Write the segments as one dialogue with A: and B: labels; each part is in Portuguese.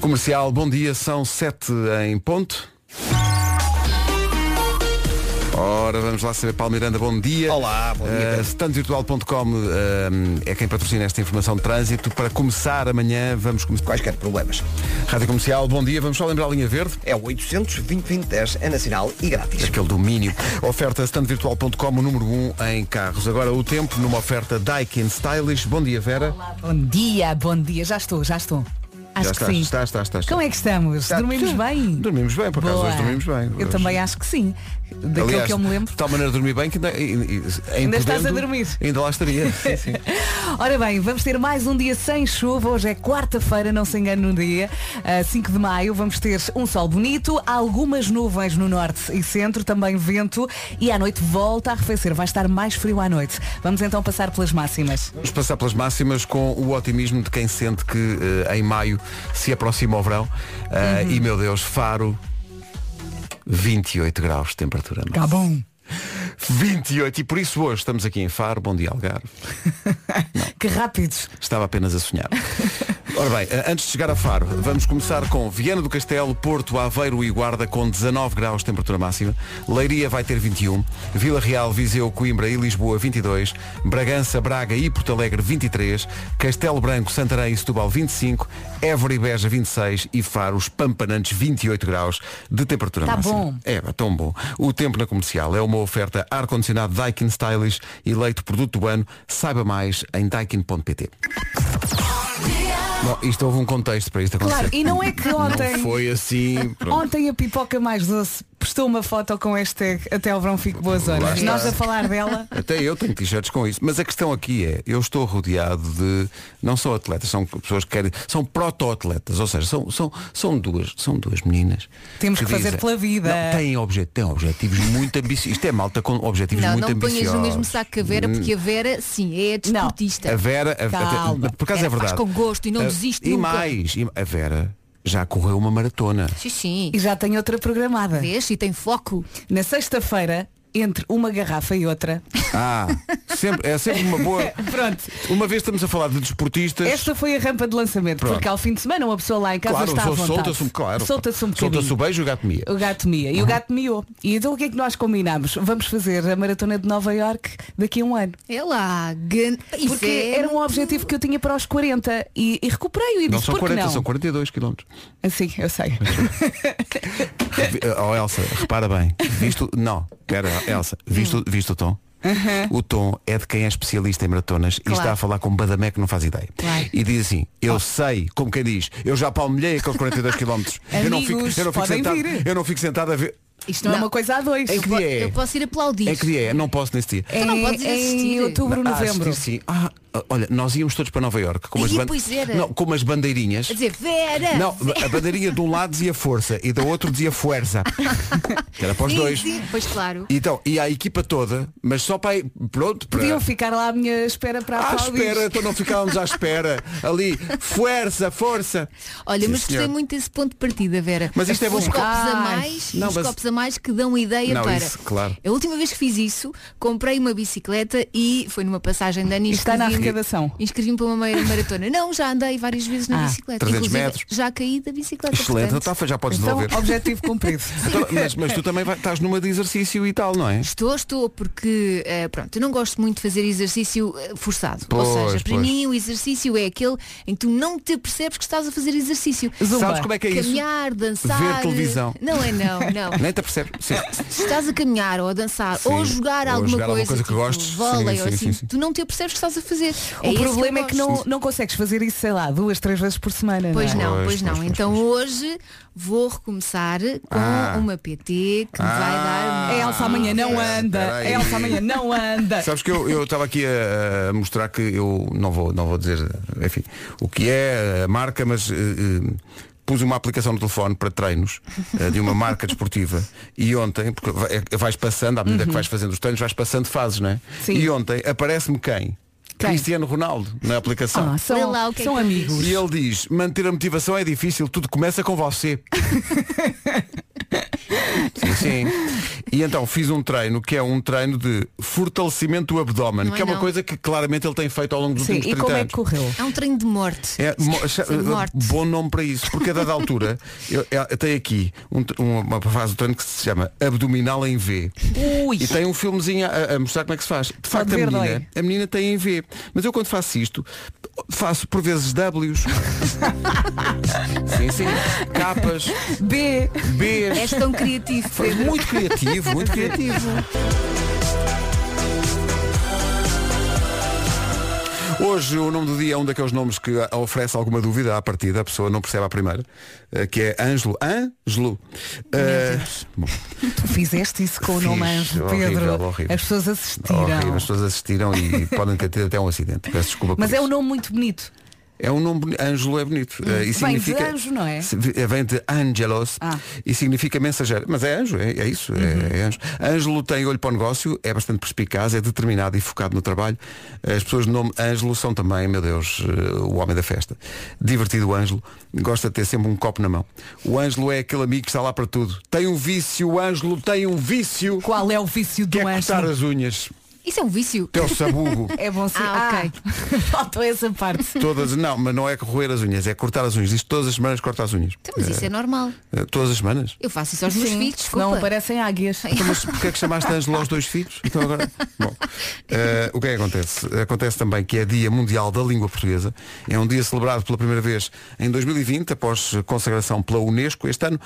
A: Comercial, bom dia, são 7 em ponto. Ora, vamos lá saber, Paulo Miranda, bom dia.
B: Olá, bom dia,
A: Eh,
B: Pedro.
A: standvirtual.com eh, é quem patrocina esta informação de trânsito. Para começar amanhã, vamos começar.
B: Quaisquer problemas.
A: Rádio Comercial, bom dia, vamos só lembrar a linha verde.
B: É o 800 é nacional e grátis.
A: Aquele domínio. Oferta standvirtual.com, o número 1 em carros. Agora o tempo numa oferta Daikin Stylish. Bom dia, Vera.
C: Bom dia, bom dia. Já estou, já estou. Acho
A: Já
C: que
A: estás,
C: sim.
A: estás, estás, estás.
C: Como é que estamos?
A: Está-
C: dormimos
A: Sim,
C: bem?
A: Dormimos bem, por acaso
C: Boa.
A: hoje dormimos bem.
C: Eu
A: Hoje-
C: também acho que sim. Daquilo
A: Aliás,
C: que eu me lembro.
A: De tal maneira de dormir bem que ainda, e- e- ainda
C: estás a dormir.
A: Ainda lá estaria. Sim, sim.
C: Ora bem, vamos ter mais um dia sem chuva. Hoje é quarta-feira, não se engane no dia. A 5 de maio vamos ter um sol bonito, algumas nuvens no norte e centro, também vento e à noite volta a arrefecer. Vai estar mais frio à noite. Vamos então passar pelas máximas.
A: Vamos passar pelas máximas com o otimismo de quem sente que eh, em maio se aproxima o verão. Ah,
C: Uhum.
A: E meu Deus, Faro, 28 graus de temperatura. máxima.
C: Cabum.
A: 28. E por isso hoje estamos aqui em Faro. Bom dia, Algarve.
C: Que rápidos.
A: Estava apenas a sonhar. Ora bem, eh, antes de chegar a Faro, vamos começar com Viana do Castelo, Porto, Aveiro e Guarda com 19 graus de temperatura máxima. Leiria vai ter 21, Vila Real, Viseu, Coimbra e Lisboa 22, Bragança, Braga e Porto Alegre 23, Castelo Branco, Santarém e Setúbal 25, Évora e Beja 26 e Faro, os Pampanantes 28 graus de temperatura
C: Tá
A: máxima.
C: bom.
A: É, tão bom. O tempo na comercial é uma oferta ar-condicionado Daikin Stylish, eleito produto do ano. Saiba mais em daikin.pt. Bom, isto houve um contexto para isto acontecer.
C: Claro, e não é que ontem.
A: Não foi assim. pronto.
C: Ontem a pipoca mais doce postou uma foto com hashtag Até ao verão fico boas
A: Lá
C: horas.
A: está.
C: Nós a falar dela.
A: Até eu tenho t-shirts com isso. Mas a questão aqui é, eu estou rodeado de. Não são atletas, são pessoas que querem. São proto-atletas, ou seja, são, são, são, duas, são duas meninas.
C: Temos que fazer pela vida.
A: Não, têm, obje, têm objetivos muito ambiciosos. Isto é malta com objetivos
D: Não,
A: muito
D: não me ponhas
A: ambiciosos. Hum.
D: no mesmo saco que a Vera, porque a Vera, sim, é desportista.
A: A Vera, a-
D: Calma.
A: até- por acaso é
D: Vera faz
A: verdade.
D: com gosto e não
A: A-
D: desiste
A: E
D: nunca.
A: mais, e- a Vera já correu uma maratona.
D: Sim, sim.
C: E já tem outra programada.
D: Vês? E tem foco.
C: Na sexta-feira, entre uma garrafa e outra,
A: Ah, sempre, é sempre uma boa.
C: Pronto.
A: Uma vez estamos a falar de desportistas.
C: esta foi a rampa de lançamento,
A: Pronto.
C: porque ao fim de semana uma pessoa lá em casa
A: Claro,
C: está à
A: sol-
C: vontade.
A: solta-se um, claro,
C: Solta-se um bocadinho.
A: solta-se um- Uhum. o beijo e o gato mia.
C: O gato mia. E o gato miou. E então o que é que nós combinámos? Vamos fazer a maratona de Nova York daqui a um ano.
D: É lá. gan- Isso
C: Porque
D: é
C: era um objetivo que eu tinha para os 40 e, e recuperei-o e
A: Não
C: disse,
A: são
C: por que
A: 40,
C: não?
A: são 42 quilómetros.
C: Assim, eu sei.
A: Oh Elsa, repara bem. Visto. Não, espera, Elsa, visto,
C: Hum.
A: visto o tom? O tom é de quem é especialista em maratonas e
D: Claro.
A: está a falar com um badamé que não faz ideia.
D: Claro.
A: E diz assim,
C: Oh."
A: eu sei, como quem diz, eu já palmilhei aqueles 42 km. eu não fico,
C: Amigos,
A: eu não fico
C: podem
A: sentado,
C: vir.
A: eu não fico sentado a ver.
D: Isto
C: Não
D: não
C: é uma coisa a dois.
A: Em que
D: Eu,
A: dia é?
D: eu posso ir aplaudir.
A: É que dia é? Não posso nesse dia.
C: Em-
D: não podes ir
C: em
D: assistir.
C: outubro,
A: Ah,
C: novembro.
A: assistir, sim. Ah, olha, nós íamos todos para Nova Iorque com umas,
D: Ih,
A: ban-
D: pois era.
A: não, com umas bandeirinhas.
D: A dizer, Vera!
A: Não, a bandeirinha de um lado dizia força e do outro dizia fuerza. Que Era para os
D: Sim,
A: dois.
D: sim. Pois claro.
A: Então, e a equipa toda, mas só para aí, pronto, para...
C: Podiam ficar lá à minha espera para
A: à
C: aplaudir.
A: espera, então não ficávamos à espera. Ali, força, força.
D: Olha,
A: Sim,
D: mas gostei
A: senhor.
D: muito desse ponto de partida, Vera.
A: Mas isto é bom
D: Os
A: porque-
D: copos a
C: Ai,
D: mais,
A: não,
D: os
A: mas-
D: copos a mais que dão ideia
A: Não,
D: para.
A: isso, claro.
D: A última vez que fiz isso, comprei uma bicicleta e foi numa passagem de ano e um
C: Isto está na
D: inscrevi-me-
C: arrecadação.
D: Inscrevi-me para uma meia maratona. Não, já andei várias vezes na
C: Ah.
D: bicicleta.
A: 300
D: Inclusive,
A: metros.
D: já caí da bicicleta.
A: Excelente,
D: portanto,
A: Tafa, já podes
C: Então,
A: devolver.
C: objetivo cumprido.
A: Então, mas, mas tu também vai- estás numa de exercício e tal, não é?
D: Estou, estou, porque eh, pronto, eu não gosto muito de fazer exercício eh, forçado.
A: Pois,
D: Ou seja, para
A: pois.
D: mim o exercício é aquele em que tu não te percebes que estás a fazer exercício.
C: Zumba.
A: Sabes como é que é isso?
D: Caminhar, dançar.
A: Ver televisão.
D: Não é não, não.
A: Nem te percebes? Sim.
D: Se estás a caminhar ou a dançar
A: Sim,
D: ou a jogar
A: ou a
D: alguma
A: jogar alguma
D: coisa,
A: coisa que
D: tipo
A: gostes, sim,
D: vôlei ou
A: sim,
D: assim,
A: sim, sim.
D: tu não te percebes que estás a fazer. É
C: o
D: esse
C: problema é
D: eu
C: que
D: gosto.
C: não, não consegues fazer isso, sei lá, duas, três vezes por semana.
D: Pois
C: não. é?
D: não,
A: Pois,
D: pois,
A: pois,
D: não.
A: pois,
D: então hoje vou recomeçar com
A: Ah.
D: uma PT que me vai
A: Ah.
D: dar
C: A É, Elsa amanhã não
A: Ah,
C: anda. A
A: peraí.
C: Elsa amanhã não anda.
A: Sabes que eu eu estava aqui a, a mostrar que eu não vou, não vou dizer enfim, o que é a marca, mas eh, eh, pus uma aplicação no telefone para treinos eh, de uma marca desportiva e ontem, porque vai- é- vais passando, à medida que vais fazendo os treinos, vais passando fases, não é?
C: Uhum. Sim.
A: E ontem aparece-me quem?
C: Quem?
A: Cristiano Ronaldo na aplicação.
C: Ah,
D: Vê
C: são
D: lá o que é
C: são
D: que eu
C: amigos.
A: E ele diz, manter a motivação é difícil, tudo começa com você. sim, sim. E então fiz um treino que é um treino de fortalecimento do abdômen,
D: Não é
A: que é uma
D: não.
A: coisa que claramente ele tem feito ao longo dos
C: Sim,
A: últimos
C: e
A: 30
C: como é
A: anos.
C: que correu?
D: É um treino de morte.
A: É mo- cha-
D: de morte.
A: bom nome para isso, porque a dada altura eu, eu tenho aqui um t- uma- uma fase do treino que se chama Abdominal em V.
C: Ui.
A: E tem um filmezinho a, a mostrar como é que se faz. De facto, a
C: ver,
A: menina,
C: dói.
A: a menina tem em V. Mas eu quando faço isto, faço por vezes Ws. sim, sim. Capas,
C: B.
A: Bs.
D: És tão criativo,
A: Foi
D: Pedro.
A: muito criativo, muito criativo. Hoje o nome do dia é um daqueles nomes que a- oferece alguma dúvida à partida, a pessoa não percebe à primeira, eh, que é Ângelo. Ângelo. Eh, bom,
C: Tu fizeste isso com o
A: Fiz.
C: nome Anjo,
A: Horrível,
C: Pedro.
A: horrível.
C: As pessoas assistiram.
A: horrível, as pessoas assistiram e podem ter tido até um acidente. Peço desculpa por
C: Mas é
A: isso.
C: um nome muito bonito.
A: É um nome boni- Ângelo é bonito. eh, e
C: Vem de
A: significa,
C: anjo, não é?
A: Se- vi- Vem de Angelos
C: Ah. Uhum.
A: e significa mensageiro. Mas é anjo, é, é isso. é- É, anjo. Ângelo tem olho para o negócio, é bastante perspicaz, é determinado e focado no trabalho. As pessoas de nome Ângelo são também, meu Deus, eh, o homem da festa. Divertido o Ângelo, gosta de ter sempre um copo na mão. O Ângelo é aquele amigo que está lá para tudo. Tem um vício, o Ângelo tem um vício.
C: Qual é o vício
A: que
C: do
A: é
C: Anjo?
A: cortar as unhas.
D: Isso é um vício.
A: Teu sabugo.
C: É bom ser.
D: Ah, ok.
C: Faltou essa parte.
A: Todas, não, mas não é roer as unhas, é cortar as unhas. Diz todas as semanas corta as unhas.
D: Então, mas isso é normal.
A: Eh, Todas as semanas?
D: Eu faço isso aos meus
C: Sim.
D: filhos, desculpa.
C: Não aparecem águias.
A: Então, mas porquê é que chamaste Ângelo aos dois filhos? Então agora. Bom, eh, o que é que acontece? Acontece também que é Dia Mundial da Língua Portuguesa. É um dia celebrado pela primeira vez em 2020, após consagração pela Unesco este ano.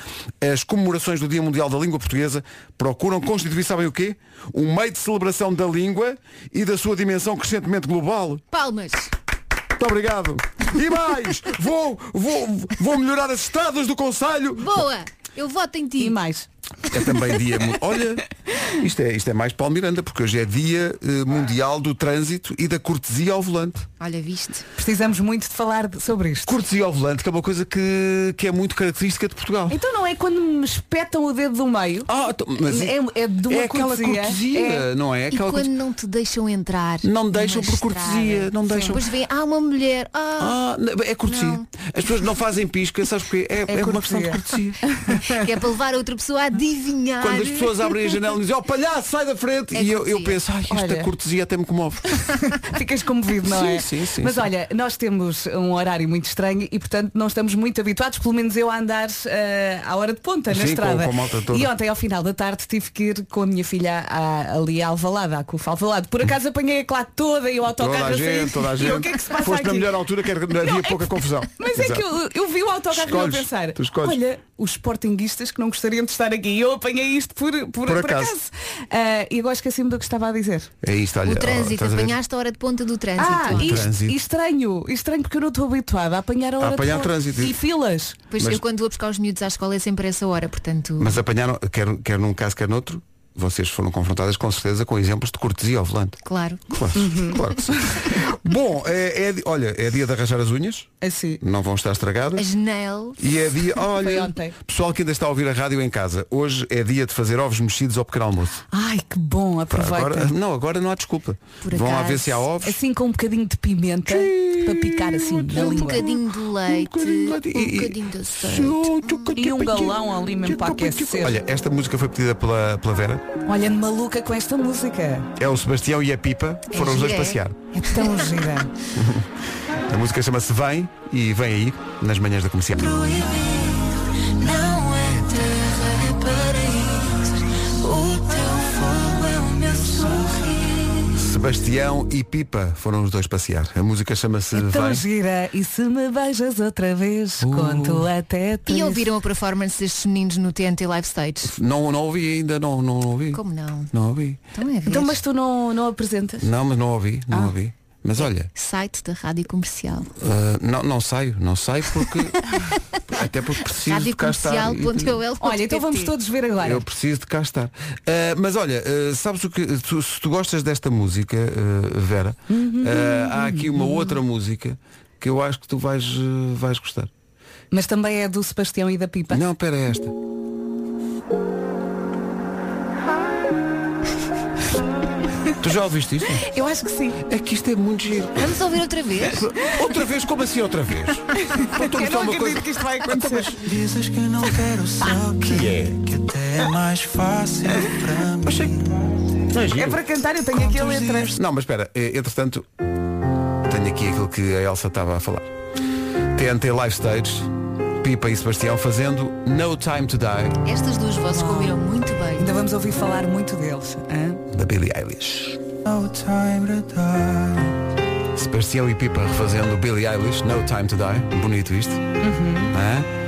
A: As comemorações do Dia Mundial da Língua Portuguesa procuram constituir, sabem o quê? Um meio de celebração da língua e da sua dimensão crescentemente global.
D: Palmas.
A: Muito obrigado. E mais, vou, vou, vou melhorar as estradas do Conselho
D: Boa. Eu voto em ti.
C: E mais.
A: É também dia. mu- Olha, isto é, isto é mais Paulo Miranda, porque hoje é dia eh, mundial do trânsito e da cortesia ao volante.
D: Olha, viste?
C: Precisamos muito de falar de- sobre isto.
A: Cortesia ao volante, que é uma coisa que, que é muito característica de Portugal.
C: Então não é quando me espetam o dedo do meio.
A: Ah, então, mas
C: É- é de uma
A: é aquela
C: cortesia.
A: cortesia,
C: É.
A: não é?
D: E
A: Aquela
D: quando
A: cortesia.
D: não te deixam entrar.
A: Não me deixam
D: numa
A: por cortesia,
D: estrada.
A: não me deixam.
D: Depois vem, ah, uma mulher. Ah,
A: Ah, não, é cortesia.
D: Não.
A: As pessoas não fazem pisca, sabes porquê? É, é uma questão de cortesia.
D: que é para levar a outra pessoa a adivinhar.
A: Ah. Quando as pessoas abrem a janela e dizem, ó palhaço, sai da frente!
D: É
A: e eu, eu
D: cortesia.
A: penso, ai, esta
C: Olha.
A: cortesia até me comove.
C: Ficas comovido, não
A: Sim,
C: é?
A: sim, sim,
C: Mas
A: sim.
C: olha, nós temos um horário muito estranho e portanto não estamos muito habituados, pelo menos eu a andar eh, à hora de ponta
A: Sim,
C: na
A: com-
C: estrada.
A: com a malta toda.
C: E ontem ao final da tarde tive que ir com a minha filha à- ali à Alvalade, à CUF Alvalade. Por acaso apanhei a claque toda e o autocarro
A: Toda a
C: sair.
A: gente, toda a
C: E
A: gente.
C: eu, o que é que se passa
A: Foste na
C: aqui?
A: melhor altura, que era- havia
C: Não, é
A: pouca
C: que-
A: confusão.
C: Mas é
A: Exato.
C: que eu, eu vi o autocarro e eu a
A: Escolhes,
C: pensar
A: tu escolhes.
C: Olha, os sportinguistas que não gostariam de estar aqui E eu apanhei isto por, por,
A: Por
C: por
A: acaso.
C: acaso, Ah, E agora esqueci-me do que estava a dizer
A: É isto,
D: O
A: olha. ó,
D: trânsito,
A: estás a ver?
D: apanhaste a hora de ponta do trânsito.
C: Ah,
A: O
C: e est-
A: trânsito.
C: e estranho, e estranho porque eu não estou habituada a apanhar a
A: A
C: hora
A: apanhar
C: de
A: trânsito.
C: e filas.
D: Pois
A: Mas-
D: eu quando vou buscar os miúdos à escola é sempre essa hora, portanto.
A: Mas apanharam, quer, quer num caso, quer noutro, vocês foram confrontadas com certeza com exemplos de cortesia ao volante.
D: Claro.
A: Claro,
C: Uhum.
A: claro que sim. Bom, é, é di- olha, é dia de arranjar as unhas,
C: Assim.
A: não vão estar estragadas.
D: A janela.
A: E é dia,
C: Foi
A: olha,
C: ontem.
A: pessoal que ainda está a ouvir a rádio em casa, hoje é dia de fazer ovos mexidos ao pequeno almoço.
C: Ai, que bom,
A: Pá,
C: aproveita.
A: Agora, não, agora não há desculpa.
D: Por
A: Vão lá
D: acaso,
A: ver se há ovos.
C: Assim com um bocadinho de pimenta para picar assim na
D: Um
C: língua.
D: bocadinho de leite. Um bocadinho de azeite.
C: E um galão ali mesmo para aquecer.
A: Olha, esta música foi pedida pela, pela Vera.
C: Olha, maluca com esta música.
A: É o Sebastião e a Pipa. Foram os dois
D: gira, é?
A: passear.
C: É tão gira.
A: A música chama-se Vem e vem aí nas manhãs da comercial.
E: Não é terra, é paraíso. O teu fogo é o meu sorriso.
A: Sebastião e Pipa foram os dois passear. A música chama-se
C: É tão
A: Vem.
C: gira. E se me beijas outra vez,
A: Uh.
C: conto até três.
D: E ouviram a performance destes meninos no TNT Live Stage?
A: Não, não ouvi ainda, não, não, ouvi.
D: Como não?
A: Não ouvi.
D: Então é ver.
C: Então, mas tu não, não apresentas?
A: Não, mas não ouvi,
C: Ah.
A: não ouvi. Mas olha,
D: Site da Rádio Comercial.
A: ah, não, não saio, não saio porque. até porque preciso de cá estar.
D: Radiocomercial.ol.
C: Olha, então vamos todos ver agora.
A: Eu preciso de cá estar. Ah, mas olha, ah, sabes o que. tu- se tu gostas desta música, ah, Vera,
C: Uhum.
A: ah, há aqui uma outra música que eu acho que tu vais, ah, vais gostar.
C: Mas também é do Sebastião e da Pipa.
A: Não, pera, é esta. tu já ouviste isto?
C: Eu acho que sim.
A: É que isto é muito giro.
D: Vamos ouvir outra vez?
A: Outra vez, como assim outra vez? Conta-me
C: Eu
A: só
C: não
A: uma
C: acredito
A: coisa. Então,
C: que isto vai acontecer.
E: Ah,
F: Dizes que não quero saber que, até é mais fácil
E: É.
F: para mim.
C: É para cantar, eu tenho aqui a letra.
A: Não, mas espera, eh, entretanto, tenho aqui aquilo que a Elsa estava a falar. TNT Live Stage, Pipa e Sebastião fazendo No Time to Die,
D: Estas duas vozes combinam muito bem.
C: Ainda vamos ouvir falar muito deles. hã?
A: da Billie Eilish.
F: No time to die.
A: Sebastião e Pipa refazendo Billie Eilish, No Time to Die. Bonito isto. Hã?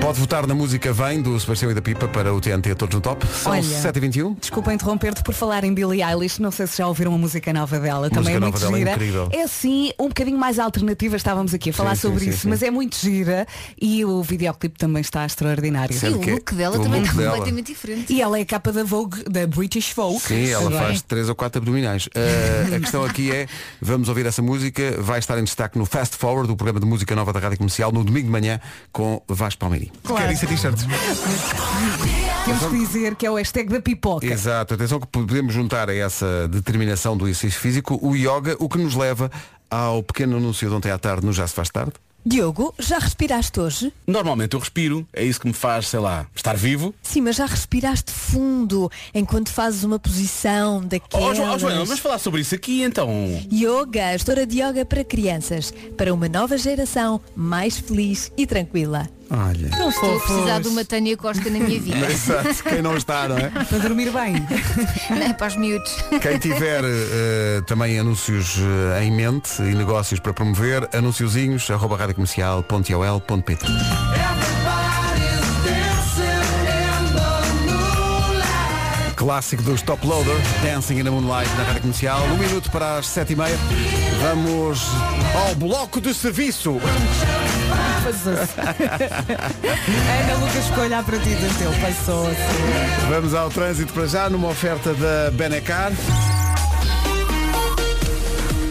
A: Pode votar na música Vem, do Sebastião e da Pipa, para o TNT Todos no Top. São
C: Olha.
A: 7h21.
C: Desculpa interromper-te por falar em Billie Eilish, não sei se já ouviram a música nova dela,
A: Música
C: também é
A: nova
C: muito
A: dela é
C: gira.
A: incrível.
C: É assim, um bocadinho mais alternativa, estávamos aqui a falar
A: Sim, sim,
C: sobre
A: sim,
C: isso,
A: sim.
C: mas é muito gira e o videoclipe também está extraordinário.
D: E
A: Sim.
D: o
A: Sendo que
D: look dela
A: o
D: também
A: look
D: está
A: dela.
D: completamente diferente.
C: E ela é capa da Vogue, da British Vogue.
A: Sim, ela
C: Agora.
A: faz três ou quatro abdominais. Eh, a questão aqui é, vamos ouvir essa música, vai estar em destaque no Fast Forward, o programa de música nova da Rádio Comercial, no domingo de manhã, com Vasco Palmeirim.
C: Claro.
A: Quer isso a t-shirts.
C: Temos que dizer que é o hashtag da pipoca.
A: Exato, atenção que podemos juntar a essa determinação do exercício físico o yoga, o que nos leva ao pequeno anúncio de ontem à tarde no Já se faz tarde.
G: Diogo, já respiraste hoje?
H: Normalmente eu respiro, é isso que me faz, sei lá, estar vivo.
G: Sim, mas já respiraste fundo enquanto fazes uma
H: Ó
G: posição
I: Oh,
G: daquelas.
H: Jo- ó, Joana, oh, vamos falar sobre isso aqui então.
G: Yoga, a história de yoga para crianças, para uma nova geração mais feliz e tranquila.
A: Olha.
D: Não estou a precisar de uma Tânia Costa na minha vida.
A: Exato, quem não está, não é?
C: Para dormir bem.
D: Não é para os miúdos.
A: Quem tiver eh, também anúncios eh, em mente e negócios para promover, anunciozinhos, arroba radiocomercial.ol.pt Clássico dos Top Loader, Dancing in the Moonlight na Rádio Comercial. Um minuto para as sete e meia. Vamos ao bloco de serviço.
C: Passou-se. Ana Lucas ficou a olhar para ti do teu. Passou-se.
A: Vamos ao trânsito para já numa oferta da Benecar.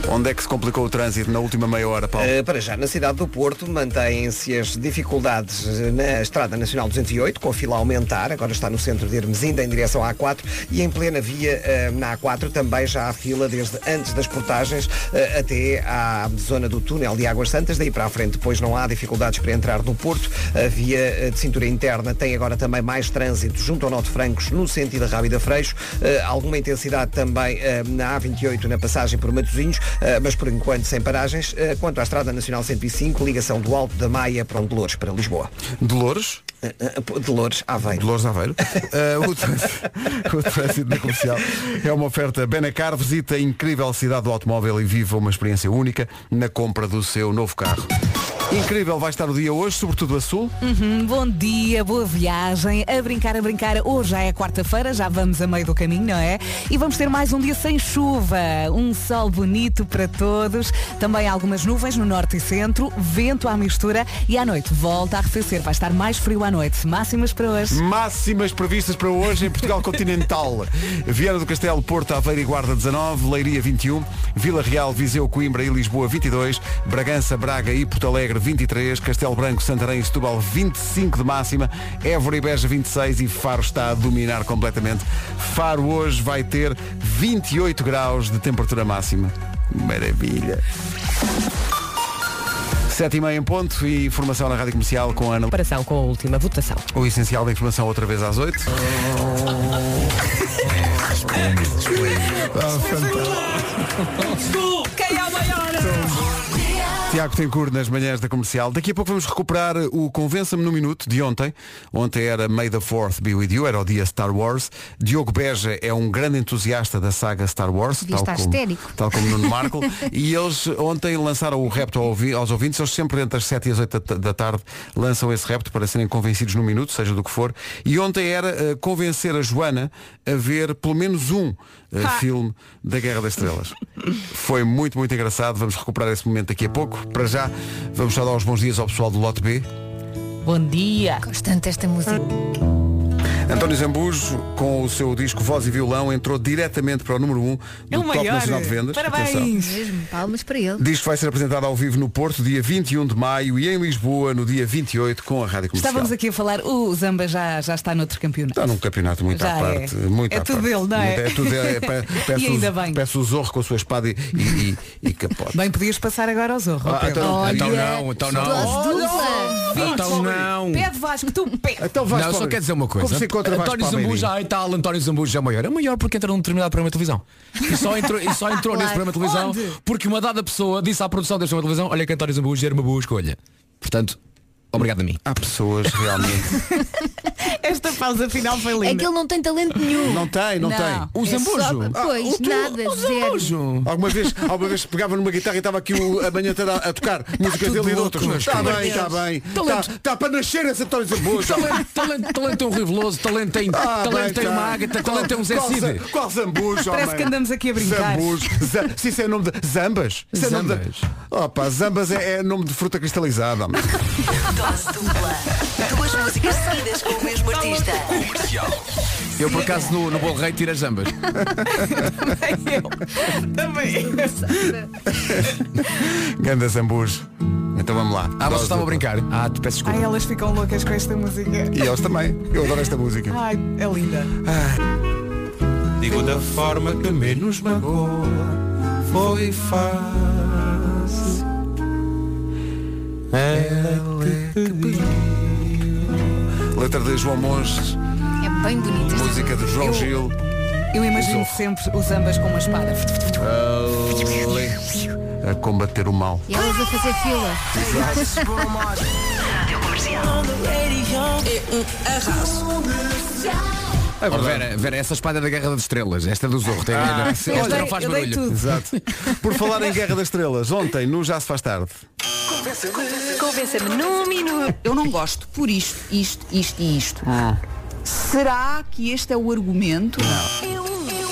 A: Onde é que se complicou o trânsito na última meia hora, Paulo?
B: Eh, para já, na cidade do Porto, mantêm-se as dificuldades eh, na Estrada Nacional 208, com a fila a aumentar, agora está no centro de Hermesinda, em direção à A4, e em plena via eh, na A4 também já há fila desde antes das portagens eh, até à zona do túnel de Águas Santas, daí para a frente depois não há dificuldades para entrar no Porto. A via eh, de cintura interna tem agora também mais trânsito junto ao Norte Francos, no sentido da Rábida Freixo, Eh, alguma intensidade também eh, na A28, na passagem por Matosinhos, eh, mas por enquanto sem paragens. Eh, Quanto à Estrada Nacional 105, ligação do Alto da Maia para um Dolores, para Lisboa.
A: Dolores?
B: Eh, eh, pô, Dolores, Aveiro.
A: Dolores Aveiro. Eh, o, trânsito, o trânsito na comercial é uma oferta Benacar. Visita a incrível cidade do automóvel e viva uma experiência única na compra do seu novo carro. Incrível vai estar o dia hoje, sobretudo a sul.
C: Uhum, bom dia, boa viagem. A brincar, a brincar. Hoje já é quarta-feira, já vamos a meio do caminho, não é? E vamos ter mais um dia sem chuva. Um sol bonito para todos. Também algumas nuvens no norte e centro. Vento à mistura. E à noite volta a arrefecer. Vai estar mais frio à noite. Máximas para hoje.
A: Máximas previstas para hoje em Portugal Continental. Viana do Castelo, Porto, Aveiro e Guarda 19, Leiria 21, Vila Real, Viseu, Coimbra e Lisboa 22, Bragança, Braga e Porto Alegre 23, Castelo Branco, Santarém e Setúbal 25 de máxima, Évora e Beja 26 e Faro está a dominar completamente. Faro hoje vai ter 28 graus de temperatura máxima. Maravilha. 7 e meia em ponto e informação na Rádio Comercial com a Ana
J: comparação com a última votação.
A: o essencial da informação outra vez às 8.
C: Quem é o maior?
A: Tiago Tencourt nas manhãs da comercial. Daqui a pouco vamos recuperar o Convença-me no Minuto de ontem. Ontem era May the Fourth Be With You, era o dia Star Wars. Diogo Beja é um grande entusiasta da saga Star Wars,
D: Devia estar
A: como,
D: histérico.
A: tal como Nuno Marco. e eles ontem lançaram o repto ao ouvi- aos ouvintes. Eles sempre entre as 7 e as 8 da, da tarde lançam esse repto para serem convencidos no minuto, seja do que for. E ontem era eh, convencer a Joana a ver pelo menos um eh, filme da Guerra das Estrelas. Foi muito, muito engraçado. Vamos recuperar esse momento daqui a pouco. Para já, vamos só dar os bons dias ao pessoal do Lote B.
J: Bom dia.
D: Constante esta música.
A: António Zambujo, com o seu disco Voz e Violão, entrou diretamente para o número 1 um do
C: É o
A: Top
C: maior.
A: Nacional de Vendas. Atenção.
C: Parabéns.
D: Mesmo palmas para ele.
A: Diz que vai ser apresentado ao vivo no Porto dia 21 de maio e em Lisboa no dia 28 com a Rádio Comercial.
C: Estávamos aqui a falar, o Zamba já, já está noutro campeonato.
A: Está num campeonato muito
C: Já
A: à
C: é.
A: parte. Muito
C: É
A: à
C: tudo
A: parte.
C: dele, não é?
A: Muito- tudo dele. É, pe- peço,
C: E ainda
A: o-
C: bem.
A: peço o zorro com a sua espada e, e, e- e capote.
C: Bem, podias passar agora ao Zorro.
A: Ah,
C: Pedro.
A: então-
D: Olha,
A: então
D: dose dupla.
C: ouvintes.
K: Então não.
C: Pede Vasco, tu um pede.
A: Então vais
K: não,
A: para o
K: só
A: Abril.
K: quer dizer uma coisa.
A: Como se encontra Vasco
K: António
A: para o
K: Zambuja, ai tal, António Zambuja é o maior. É o maior porque entra num determinado programa de televisão. E só entrou, e só entrou nesse
D: Claro.
K: programa de televisão
D: Onde?
K: porque uma dada pessoa disse à produção deste programa de televisão, olha É que António Zambuja era uma boa escolha. Portanto, obrigado a mim.
A: Há pessoas realmente.
C: Esta pausa final foi
D: É
C: linda.
D: que ele não tem talento nenhum.
A: não tem, não,
C: Não.
A: tem.
K: O
D: É só-
K: Zambujo.
D: Pois, nada, zero.
A: Alguma vez, alguma vez pegava numa guitarra e estava aqui o, a manhã toda a, a tocar músicas
K: Tá tudo
A: dele e de
K: louco,
A: outros.
K: meus
A: Está
K: queridos.
A: bem, está bem.
K: Talento.
A: Está para nascer esse António Zambuja.
K: Talento, talento, talento é um riveloso, talento tem,
A: Ah, bem,
K: talento tem
A: tá.
K: uma ágata,
A: Qual-
K: talento é um Zé
A: qual
K: Cid.
A: za- Qual zambujo,
C: Parece
A: homem?
C: que andamos aqui a brincar.
A: Zambujo. Za- Se isso é nome de... Zambas? Isso é nome de-
K: Zambas.
A: Opa, zambas é, é nome de fruta cristalizada. homem.
E: Dose dupla. Duas músicas seguidas com o mesmo artista.
K: Eu por acaso no, no bolo rei tiro as ambas.
C: é Também.
A: Ganda zambujo. Então vamos lá.
K: Ah, vocês
A: Dose
K: estavam a
A: dupla.
K: brincar. Ah, tu peço desculpa.
C: Ai, elas ficam loucas com esta música.
A: E eles também. Eu adoro esta música.
C: Ai, é linda.
F: Digo da forma que menos magoa Foi fácil
A: Letra de João Monges,
D: É bem bonito. esta
A: música de João
C: Eu-
A: Gil.
C: Eu imagino sempre os ambas com uma espada.
A: A combater o mal.
D: E elas a fazer fila.
K: Agora, Vera, Vera, essa espada é da Guerra das Estrelas, esta é do Zorro, tem ah,
C: Eu
K: esta
C: dei-
K: não faz
C: eu dei tudo.
K: barulho.
A: Exato. Por falar em Guerra das Estrelas, ontem no Já se faz tarde.
J: Convença-me num minuto.
L: Eu não gosto por isto, isto, isto e isto. Será que este é o argumento?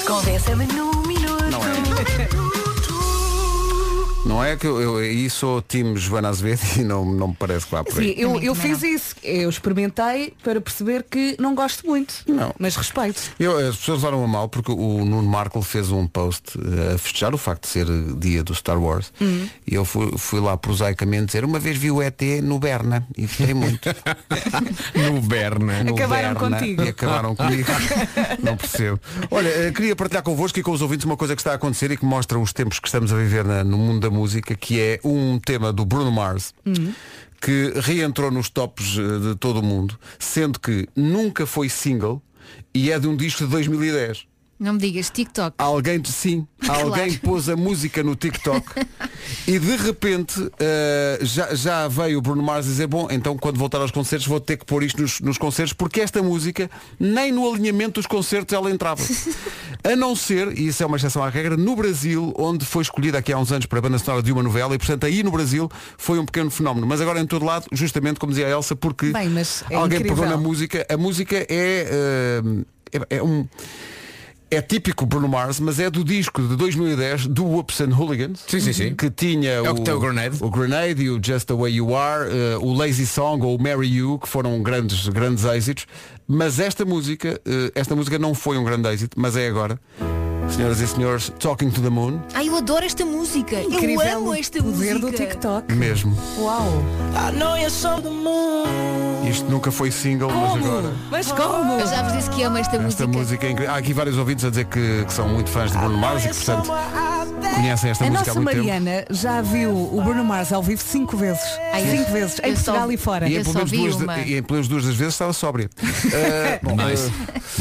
E: Convença-me num minuto. Não
A: Não é que eu, eu aí sou time Joana Azevedo e não, não me parece que vá por
C: Sim,
A: aí.
C: eu, eu fiz isso. Eu experimentei para perceber que não gosto muito.
A: Não.
C: Mas respeito.
A: Eu, as pessoas levaram a mal porque o Nuno Marco fez um post eh, a festejar o facto de ser dia do Star Wars e eu fui, fui lá prosaicamente dizer uma vez vi o ET no Berna e gostei muito.
K: No Berna.
A: no
C: Acabaram contigo.
A: E acabaram comigo. não percebo. Olha, eh, queria partilhar convosco e com os ouvintes uma coisa que está a acontecer e que mostra os tempos que estamos a viver na- no mundo da música, que é um tema do Bruno Mars.
C: Uhum.
A: Que reentrou nos tops eh, de todo o mundo, sendo que nunca foi single e é de um disco de 2010.
D: Não me digas, TikTok.
A: Alguém, sim, alguém pôs a música no TikTok e de repente eh, já, já veio o Bruno Mars dizer, bom, então quando voltar aos concertos vou ter que pôr isto nos, nos concertos porque esta música nem no alinhamento dos concertos ela entrava. A não ser, e isso é uma exceção à regra, no Brasil, onde foi escolhida aqui há uns anos para a banda sonora de uma novela e portanto aí no Brasil foi um pequeno fenómeno. Mas agora em todo lado, justamente como dizia a Elsa, porque
C: Bem, mas é
A: alguém
C: incrível.
A: pegou na música, a música é, eh, é- é um. É típico Bruno Mars, mas é do disco de 2010 do Whoops and Hooligans.
K: Sim, sim, sim.
A: Que tinha
K: o que tem o Grenade.
A: o Grenade e o Just the Way You Are, eh, o Lazy Song ou o Marry You, que foram grandes, grandes êxitos. Mas esta música, eh, esta música não foi um grande êxito, mas é agora. Senhoras e senhores, Talking to the Moon,
D: Ai, eu adoro esta música. eu
C: Incrível
D: amo esta
C: o poder
D: música.
C: do TikTok.
A: mesmo.
C: Uau.
A: Isto nunca foi single, mas agora.
C: Mas como?
D: Eu já vos disse que amo esta,
A: Esta música é incrível. Há aqui vários ouvintes a dizer que, que são muito fãs de Bruno
C: Ah,
A: Mars e que, portanto, conhecem esta
C: A
A: música há
C: nossa
A: muito tempo.
C: Mariana já viu o Bruno Mars ao vivo cinco vezes.
D: Ai,
C: cinco
D: eu-
C: vezes, em
D: eu só-
C: Portugal e fora.
A: E em,
D: Eu
A: pelo
D: só
A: menos
D: vi
A: duas
D: uma.
A: de- e em pelo menos duas das vezes estava sóbria. Eh, bom,
K: Nice.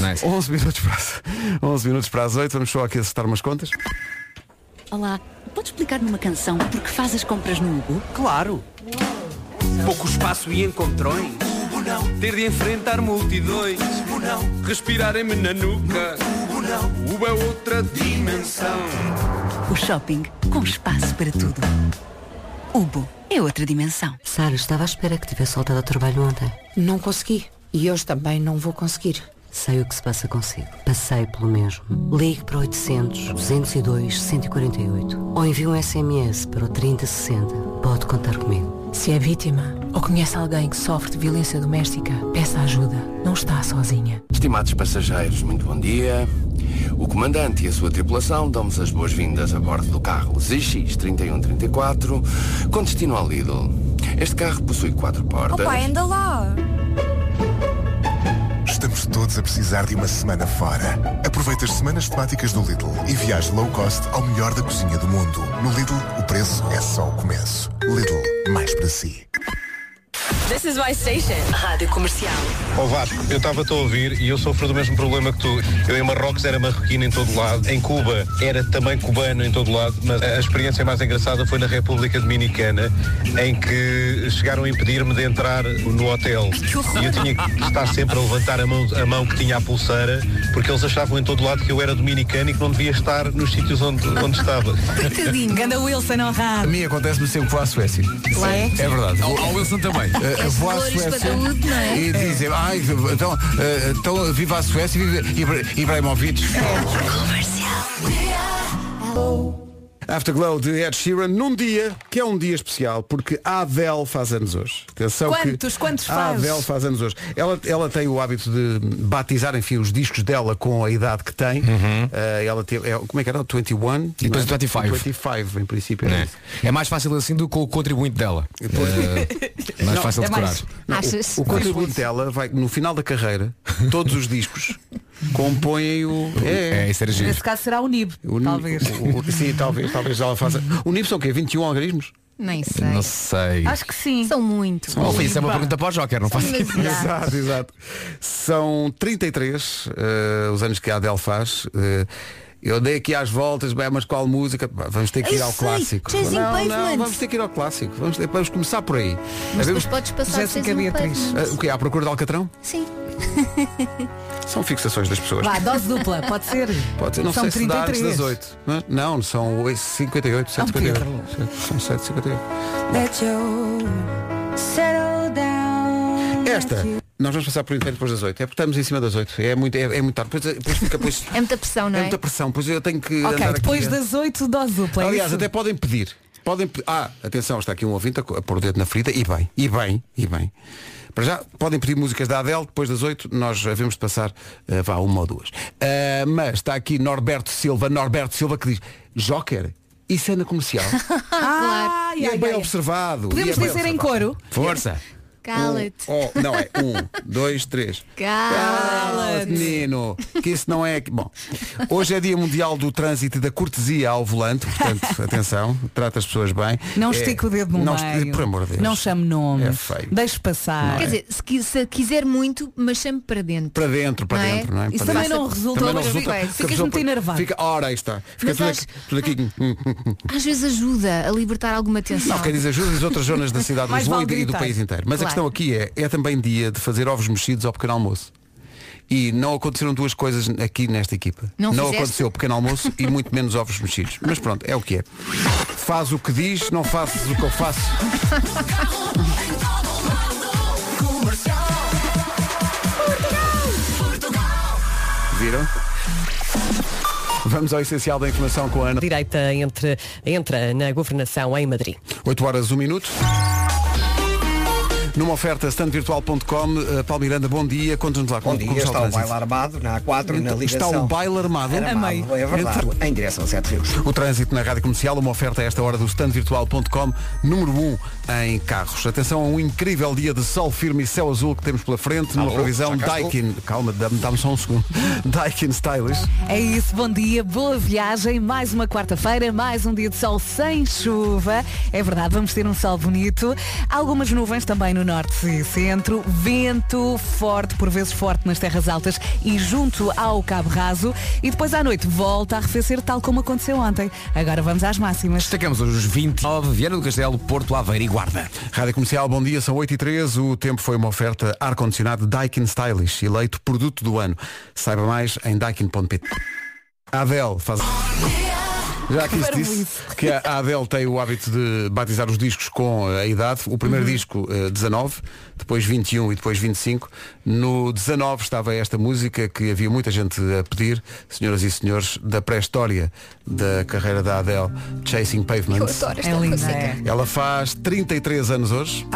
K: nice.
A: 11 minutos para as, 11 minutos para as 8, vamos só aqui acertar umas contas.
E: Olá, podes explicar-me uma canção porque faz as compras no Hugo?
F: Claro Pouco espaço e encontrões Ter de enfrentar multidões Respirarem-me na nuca Ubo é outra dimensão
E: O shopping com espaço para tudo. Hugo é outra dimensão.
J: Sara, estava à espera que tivesse voltado ao trabalho ontem.
L: Não consegui. E hoje também não vou conseguir.
J: Sei o que se passa consigo. Passei pelo mesmo. Ligue para 800 202 148 ou envie um SMS para o 3060. Pode contar comigo.
L: Se é vítima ou conhece alguém que sofre de violência doméstica, peça ajuda. Não está sozinha.
M: Estimados passageiros, muito bom dia. O comandante e a sua tripulação dão-vos as boas-vindas a bordo do carro ZX3134 com destino ao Lidl. Este carro possui quatro portas.
E: anda lá.
N: Estamos todos a precisar de uma semana fora. Aproveita as semanas temáticas do Lidl e viaje low cost ao melhor da cozinha do mundo. No Lidl, o preço é só o começo. Lidl, mais para si.
O: This is my station. Rádio Comercial.
P: Ó Vasco, eu estava-te a ouvir e eu sofro do mesmo problema que tu. Eu em Marrocos era marroquino em todo lado, em Cuba era também cubano em todo lado, mas a a experiência mais engraçada foi na República Dominicana, em que chegaram a impedir-me de entrar no hotel. E eu tinha que estar sempre a levantar a mão, a mão que tinha a pulseira, porque eles achavam em todo lado que eu era dominicano e que não devia estar nos sítios onde, onde estava.
C: Tadinho. Ganda Wilson
L: É?
A: A
C: honrado.
A: mim acontece-me sempre que vou à Suécia.
C: Lá é?
A: É verdade.
K: Ao- ao Wilson também.
A: Eh,
K: És
A: vou à
K: flores
A: Suécia
K: para saúde, não é?
A: e dizem, ai, então, eh, então viva a Suécia e viva Ibra- Ibrahimovic. Afterglow de Ed Sheeran num dia que é um dia especial porque a Adele faz anos hoje. Atenção
C: Quantos?
A: que
C: Quantos
A: a
C: faz?
A: Adele faz anos hoje. Ela, ela tem o hábito de batizar, enfim, os discos dela com a idade que tem. Eh, ela teve, é, como é que era? O 21?
K: Uhum. E depois o 25.
A: 25, em princípio. era isso.
K: É mais fácil assim do que o contribuinte dela. Eh, mais
A: Não,
K: fácil
A: é
K: de decorar.
A: mais- não, O, o contributo dela vai, no final da carreira, todos os discos compõem o. É,
K: é, isso era giro.
C: Nesse caso será o Nib.
A: O, talvez. O, o- sim, talvez, talvez ela faça. O NIP são o quê? 21 algarismos?
D: Nem sei.
K: Não sei.
D: Acho
C: que sim.
D: São muito.
K: Oh, Rui, isso é uma pergunta para o Joker, não
D: São
K: faço
D: demasiados.
A: Exato, exato. São 33 eh, os anos que a Adele faz. Eh, eu dei aqui às voltas, bem, mas qual música? Pá, Vamos ter que
D: Eu
A: ir ao
D: sei,
A: clássico.
D: Chasing
A: Não, não,
D: Pavements.
A: vamos ter que ir ao clássico. Vamos, ter- vamos começar por aí.
D: Mas depois
A: Havemos-
D: podes passar
C: Jéssica
D: seis um
C: Beatriz.
D: peixe.
A: Ah, o que é? À procura de Alcatrão?
D: Sim.
A: São fixações das pessoas.
C: Vá, dose dupla, pode ser?
A: Pode ser, não
C: São
A: sei se dá antes
C: 33.
A: das 8. mas- Não, são 8, 58,
D: É um
A: 758. São 758. Esta, nós vamos passar por inteiro depois das 8. É porque estamos em cima das 8. É muito, é, é muito tarde. Depois, depois fica, depois,
D: É muita pressão, não
A: é
D: é?
A: muita pressão. Pois eu tenho que
C: Ok,
A: andar
C: depois
A: aqui.
C: das 8, dose dupla. é
A: Aliás,
C: isso?
A: até podem pedir. Podem pe- Ah, atenção, está aqui um ouvinte a co- a pôr o dedo na ferida. E bem, e bem, e bem. Para já, podem pedir músicas da Adele, depois das 8 nós havemos de passar, eh, vá, uma ou duas. Ah, mas está aqui Norberto Silva, Norberto Silva que diz, Joker, isso é na comercial.
C: Ah,
A: e é bem observado.
C: Podemos
A: e é bem
C: dizer em
A: observado.
C: coro?
A: Força.
D: Cala-te.
A: Um, oh, não, é um, dois, três.
D: Cala-te.
A: Menino, que isso não é. Bom, hoje é dia mundial do trânsito e da cortesia ao volante, portanto, atenção, trata as pessoas bem.
C: Não
A: É,
C: estica o dedo no
A: não
C: meio.
A: esti- Por amor de Deus.
C: Não chame nomes.
A: É feio. é.
C: Deixe passar.
D: Quer dizer, se, qui- se quiser muito, mas chame para dentro.
A: Para dentro, para
D: Não é?
A: dentro, não é?
D: Isso
A: Para
D: também
A: dentro.
D: não resulta,
A: Também não
D: mas
A: resulta,
D: fica-
A: porque a
D: ficas
A: pessoa
D: muito enervado.
A: Fica, ora, aí está. Fica
D: Mas
A: tudo,
D: acho-
A: aqui, tudo aqui. Hum, hum, hum.
D: Às vezes ajuda a libertar alguma tensão.
A: Não, quem diz ajuda diz outras zonas da cidade de
D: Mais
A: Lisboa
D: vale
A: e do- e do
D: gritar.
A: país inteiro. Mas a
D: Claro.
A: questão aqui é, é também dia de fazer ovos mexidos ao pequeno almoço. E não aconteceram duas coisas aqui nesta equipa.
I: Não fizeste?
A: aconteceu o pequeno almoço e muito menos ovos mexidos. Mas pronto, é o que é. Faz o que diz, não faças o que eu faço. Viram? Vamos ao essencial da informação com a Ana.
Q: Direita entre, entra na governação em Madrid.
A: 8 horas, 1 minuto. Numa oferta standvirtual.com, eh, Paulo Miranda, bom dia. Conta-nos lá
B: Bom
A: como,
B: dia,
A: como
B: está o
A: trânsito.
B: baile armado na A4, na
A: Então,
B: ligação.
A: Está o baile armado.
B: Armado, é verdade, em direção a Sete Rios.
A: O trânsito na Rádio Comercial, uma oferta a esta hora do standvirtual.com, número 1 em carros. Atenção a um incrível dia de sol firme e céu azul que temos pela frente, numa
I: Alô,
A: previsão
I: já cá estou.
A: Daikin. Calma, dá-me dá-me só um segundo. Daikin Stylish.
C: É isso, bom dia, boa viagem, mais uma quarta-feira, mais um dia de sol sem chuva. É verdade, vamos ter um sol bonito. Algumas nuvens também no norte e centro, vento forte, por vezes forte nas terras altas e junto ao Cabo Raso. E depois à noite volta a arrefecer, tal como aconteceu ontem. Agora vamos às máximas.
K: Destacamos hoje os 29, Viana do Castelo, Porto Aveiro e Guarda.
A: Rádio Comercial, bom dia, são 8 e 3 O tempo foi uma oferta ar-condicionado Daikin Stylish, eleito produto do ano. Saiba mais em daikin.pt. A Adele faz... Já aqui se disse que a Adele tem o hábito de batizar os discos com eh, a idade. O primeiro disco, eh, 19, depois 21 e depois 25. No 19 estava esta música que havia muita gente a pedir, senhoras e senhores, da pré-história da carreira da Adele, Chasing Pavements.
C: É linda. é.
A: Ela faz 33 anos hoje.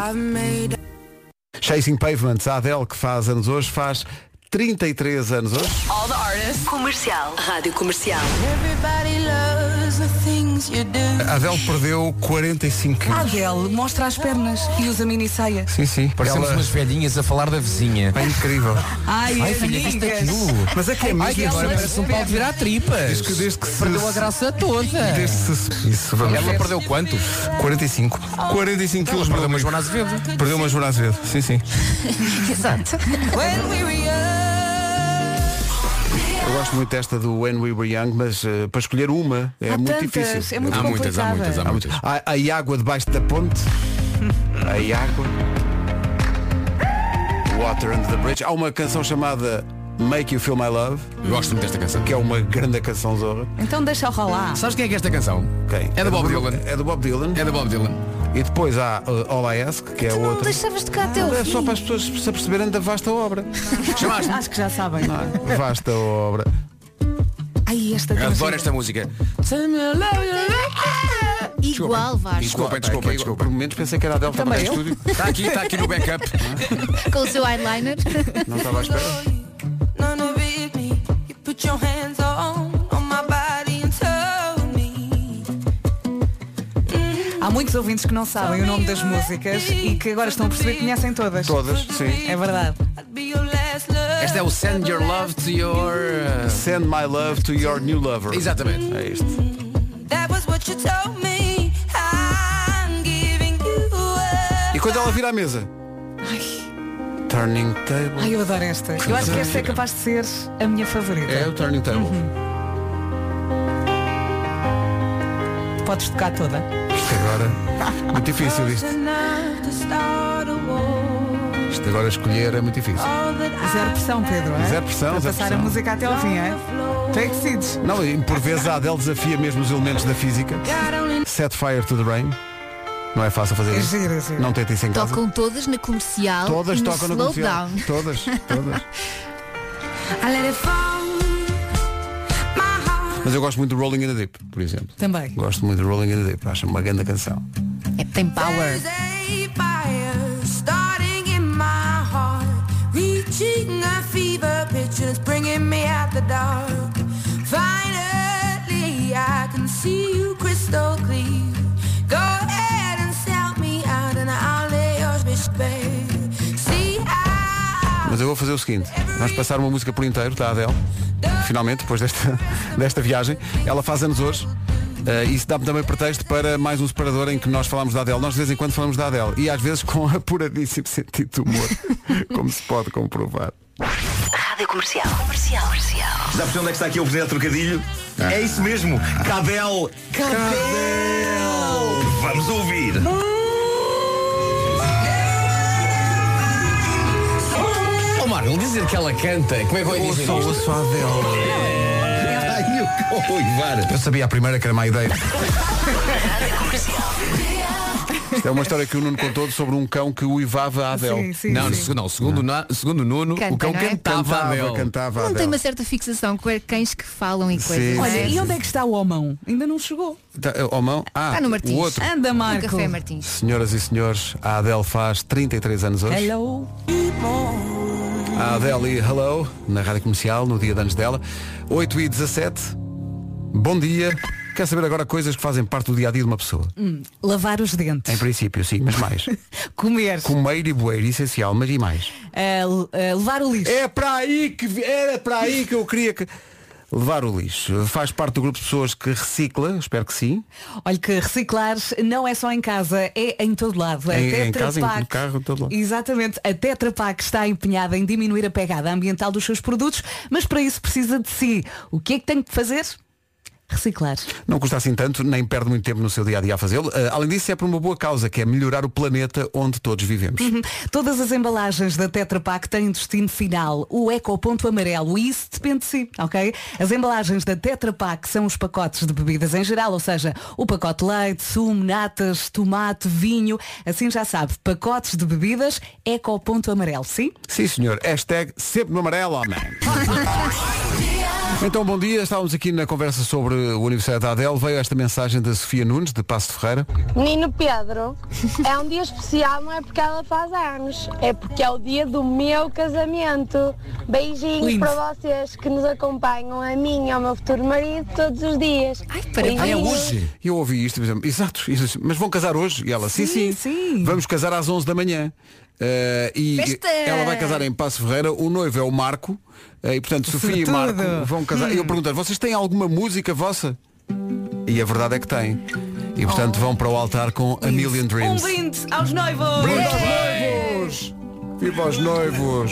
A: Chasing Pavements, a Adele que faz anos hoje, faz 33 anos hoje.
O: All the artists. Comercial. Rádio Comercial.
E: Everybody loves the things you do.
A: A Adele perdeu 45
C: A
A: quilos.
C: Adele mostra as pernas e usa mini saia.
A: Sim, sim.
K: Parecemos
A: Ela-
K: umas velhinhas a falar da vizinha.
A: É incrível.
C: Ai,
K: Ai filha, viste
C: amigas.
K: aquilo?
A: Mas é que é
K: Ai,
A: mesmo
K: que agora
A: agora.
K: parece um pau de virar tripas.
A: Diz que desde que se-
K: Perdeu a graça toda.
A: Desde se- Isso, vamos
K: Ela
A: ver.
K: perdeu quanto?
A: 45. 45 quilos.
K: perdeu
A: meu
K: uma
A: amigo.
K: Joana Azevedo.
A: Perdeu uma Joana Azevedo. Sim, sim.
O: Exato.
E: When we were
A: Eu gosto muito desta do When We Were Young, mas eh, para escolher uma é
C: Há
A: muito
C: tantas,
A: difícil.
C: é muito Há muitas, há complicada. muitas, há
A: muitas. Há, há água debaixo da ponte. há água. Water Under the Bridge. Há uma canção chamada Make You Feel My Love. Gosto muito desta canção. Que é uma grande canção zorra.
C: Então deixa-o rolar.
K: Sabes quem é que é esta canção?
A: Quem?
K: É do Bob
A: Bru-
K: Dylan.
A: É do Bob Dylan.
K: É da Bob Dylan.
A: E depois há eh, All I Ask, que é
C: Então
A: a
D: Não
A: outra.
D: deixavas tocar até o
C: assim.
A: É só
D: fim.
A: para as pessoas se aperceberem da vasta obra.
K: Chamaste?
C: Acho que já sabem.
A: é? Vasta obra.
C: Ai, esta
K: Adoro esta música.
D: Igual, Vasco.
K: Desculpem, desculpem, desculpem.
A: Ah, Por momentos pensei que era a Adele
D: Também
A: também no
D: eu.
A: estúdio.
K: Está aqui, está aqui no backup.
D: Com o seu eyeliner.
A: Não estava à espera.
E: None of it me. You put your hands on on my body and told me.
C: Há muitos ouvintes que não sabem o nome das músicas e que agora estão a perceber que conhecem todas.
A: Todas, sim.
C: É verdade.
E: Be your last love.
K: Esta é o Send Your Love to Your. uh,
A: Send my love to your new lover.
K: Exatamente.
A: É isto.
E: That was what you told me. I'm giving you up.
A: E quando ela vira à mesa? Turning table.
C: Ai, eu adoro esta. Eu acho que esta é capaz de ser a minha favorita.
A: É o turning table. É.
C: Podes tocar toda.
A: Isto agora. Muito difícil isto.
E: Enough to start a war.
A: Isto agora escolher é muito difícil.
E: All that
C: Zero pressão, Pedro, é?
A: Zero pressão,
C: Para
A: zero
C: passar
A: pressão.
C: a música até ao fim, é? Tu é que decides.
A: Não, e por vezes a Adele desafia mesmo os elementos da física. Set fire to the rain. Não é fácil fazer
C: É
A: isso.
C: giro, é giro.
A: Não tentem isso em casa.
D: Tocam todas na comercial.
A: Todas
D: e no
A: tocam no
D: um slow
A: comercial.
D: down.
A: Todas, todas.
E: I let it fall. My heart.
A: Mas eu gosto muito do Rolling in the Deep, por exemplo.
C: Também.
A: Gosto muito do Rolling in the Deep, acho uma grande canção.
D: É, tem power.
E: There's a fire starting in my heart, reaching a fever pitch and it's bringing me out the dark. Finally, I can see you crystal clear. Go ahead and sell me out and I'll lay your bitch bare. See, I
A: Mas eu vou fazer o seguinte, vamos passar uma música por inteiro da Adele, finalmente, depois desta, desta viagem. Ela faz anos hoje. eh, isso dá-me também pretexto para mais um separador em que nós falamos da Adele. Nós de vez em quando falamos da Adele e às vezes com apuradíssimo sentido de humor, como se pode comprovar.
O: Rádio Comercial. Comercial. Comercial.
I: Já percebeu onde é que está aqui o presente trocadilho?
A: Ah.
I: É isso mesmo, Cadel. Cadel! Vamos ouvir.
K: Ó Marco, dizer que ela canta, como é que eu ia dizer isto?
A: a Adele. Eu sabia a primeira que era má ideia. Isto é uma história que o Nuno contou sobre um cão que uivava a
C: Sim,
A: Adele.
C: sim,
K: Não,
C: sim.
K: não, segundo, na- segundo o Nuno,
D: Canta,
K: o cão
D: não é?
K: cantava, a Adele.
A: Cantava, cantava a
D: Não tem
A: Adele.
D: uma certa fixação com cães que falam e coisas. não
C: Olha,
D: é?
C: e onde é que está o homão? Ainda não chegou.
A: Tá, ó, mão. Ah,
D: Está no Martins.
A: o outro.
C: Anda,
D: No
C: Marco.
D: Café Martins.
A: Senhoras e senhores, a Adele faz 33 anos hoje.
C: Hello.
A: A Adele e Hello, na Rádio Comercial, no dia de anos dela. 8 e 17. Bom dia. Quer saber agora coisas que fazem parte do dia a dia de uma pessoa?
C: Hum, lavar os dentes.
A: Em princípio, sim, mas mais.
C: Comer.
A: Comer e boer, essencial, mas e mais?
C: Eh, l- eh, levar o lixo.
A: É para aí que era para aí que eu queria que. Levar o lixo. Faz parte do grupo de pessoas que recicla, espero que sim.
C: Olha que reciclar não é só em casa, é em todo lado.
A: Em-
C: Até
A: em casa, em- no carro, em todo lado.
C: Exatamente. A Tetra Pak está empenhada em diminuir a pegada ambiental dos seus produtos, mas para isso precisa de si. O que é que tem que fazer? Reciclar.
A: Não custa assim tanto, nem perde muito tempo no seu dia a dia a fazê-lo. Ah, além disso, é por uma boa causa, que é melhorar o planeta onde todos vivemos.
C: Uhum. Todas as embalagens da Tetra Pak têm destino final, o ecoponto amarelo, e isso depende de si, ok? As embalagens da Tetra Pak são os pacotes de bebidas em geral, ou seja, o pacote de leite, sumo, natas, tomate, vinho, assim já sabe, pacotes de bebidas, ecoponto amarelo, sim?
A: Sim, senhor. Hashtag sempre no amarelo, homem. Então, bom dia. Estávamos aqui na conversa sobre o aniversário da Adele. Veio esta mensagem da Sofia Nunes, de Passo de Ferreira.
R: Menino Pedro, é um dia especial, não é porque ela faz anos, é porque é o dia do meu casamento. Beijinhos
E: Lindo.
R: para vocês que nos acompanham, a mim e ao meu futuro marido, todos os dias. Ai,
A: E eu ouvi isto, mas- exato, isso, mas vão casar hoje? E ela, sim, sim, vamos casar às 11 da manhã. Eh, e
E: Festa!
A: ela vai casar em Passo Ferreira, o noivo é o Marco, eh, e portanto Sofia e
E: Sobretudo.
A: Marco vão casar. E eu pergunto vocês têm alguma música vossa? E a verdade é que têm. E portanto vão para o altar com A Million
C: Um
A: Dreams.
C: brinde aos noivos!
A: Brinde Viva aos noivos!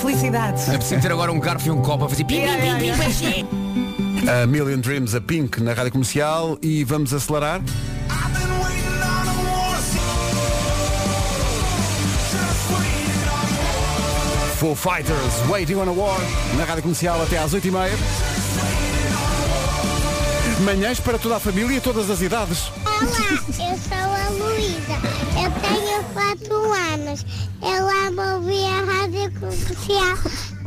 C: Felicidades!
K: É preciso ter agora um garfo e um copo a fazer pim,
C: Yeah,
K: pim, pim,
C: yeah,
K: pim,
C: yeah.
A: A Million Dreams, a Pink, na rádio comercial e vamos acelerar. Foo Fighters, Waiting on a War, na rádio comercial até às 8h30. Manhãs para toda a família e todas as idades.
S: Olá, eu sou a Luísa. Eu tenho 4 anos. Eu amo ouvir a rádio comercial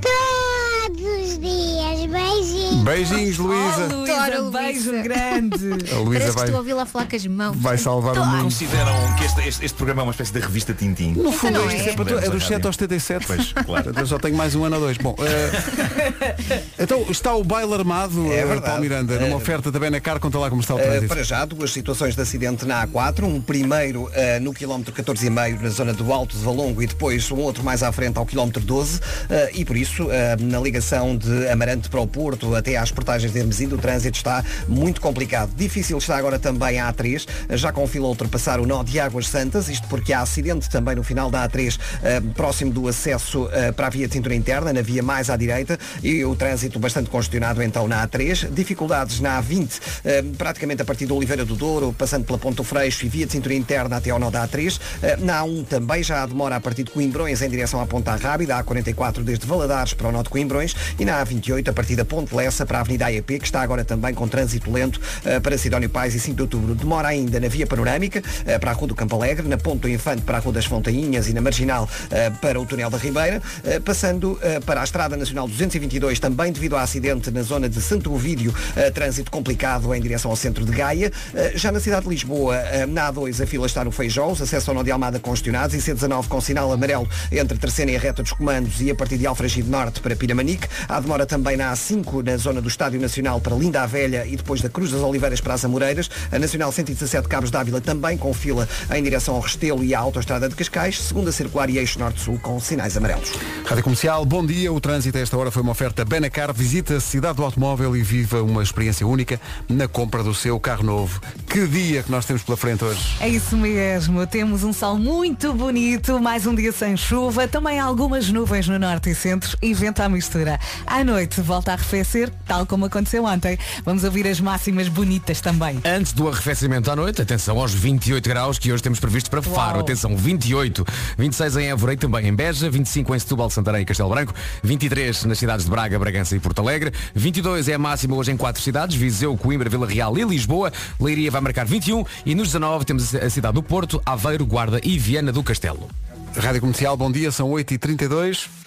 S: todos os dias. Beijinhos.
A: Beijinhos, Luísa.
D: Adoro,
C: beijo
D: Luísa.
C: grande.
A: A Luísa
D: Parece que
A: vai-
D: estou a ouvi-la a falar com as mãos.
A: Vai salvar o mundo.
I: Consideram que este, este- este programa é uma espécie de revista Tintim.
A: No fundo,
D: não
A: isto
D: é.
A: é, para tu- é dos 7 aos 77.
I: Pois, claro.
A: Eu só tenho mais um ano ou dois. Bom, eh, então está o baile armado, eh,
B: É verdade.
A: Paulo Miranda, numa
B: É.
A: oferta da Benacar, conta lá como está o
B: Eh,
A: trânsito.
B: para já, duas situações de acidente na A4. Um primeiro eh, no quilómetro 14,5 na zona do Alto de Valongo e depois um outro mais à frente ao quilómetro 12. eh, e por isso, eh, na ligação de Amarante para o Porto até às portagens de Hermesinde, o trânsito está muito complicado. Difícil está agora também a A3, eh, já com fila a ultrapassar o nó de Águas Santas, isto porque há acidente também no final da A3, eh, próximo do acesso eh, para a via de cintura interna, na via mais à direita, e o trânsito bastante congestionado então na A3. Dificuldades na A20, eh, praticamente a partir de Oliveira do Douro, passando pela Ponto Freixo e via de cintura interna até ao nó da A3. Eh, Na A1 também já há demora a partir de Coimbrões em direção à Ponta Rábida, A44 desde Valadares para o nó de Coimbrões e na A28 a partir da Ponte Lessa para a Avenida AEP, que está agora também com trânsito lento eh, para Sidónio Pais e 5 de Outubro. Demora ainda na via panorâmica eh, para a Rua do Campo Alegre, na Ponte do Infante para a Rua das Fontainhas e na Marginal eh, para o Túnel da Ribeira, eh, passando eh, para a Estrada Nacional 222, também devido a acidente na zona de Santo Ovídio, eh, trânsito complicado em direção ao centro de Gaia. Eh, Já na cidade de Lisboa, eh, na A2, a fila está no Feijó, os acessos ao Nó de Almada congestionados e C19 com sinal amarelo entre Terceira e a Reta dos Comandos e a partir de Alfragide Norte para Piramanique. Há demora também na A5, na zona do Estádio Nacional para Linda a Velha e depois da Cruz das Oliveiras para as Amoreiras. A Nacional 117 Cabos de Ávila também com fila em direção ao Restelo e à Autoestrada de Cascais, segunda circular e eixo Norte-Sul com sinais amarelos.
A: Rádio Comercial, bom dia. O trânsito a esta hora foi uma oferta Benacar. Visita a cidade do automóvel e viva uma experiência única na compra do seu carro novo. Que dia que nós temos pela frente hoje.
C: É isso mesmo, temos um sol muito bonito, mais um dia sem chuva, também algumas nuvens no norte e centro e vento à mistura. À noite volta a arrefecer, tal como aconteceu ontem. Vamos ouvir as máximas bonitas também.
K: Antes do arrefecimento à noite, atenção aos 28 graus que hoje temos previsto para Faro. Atenção, 28, 26 em Évora e também em Beja, 25 em Setúbal, Santarém e Castelo Branco, 23 nas cidades de Braga, Bragança e Porto Alegre, 22 é a máxima hoje em quatro cidades, Viseu, Coimbra, Vila Real e Lisboa. Leiria vai marcar 21 e nos 19 temos a cidade do Porto, Aveiro, Guarda e Viana do Castelo.
A: Rádio Comercial, bom dia, são 8h32.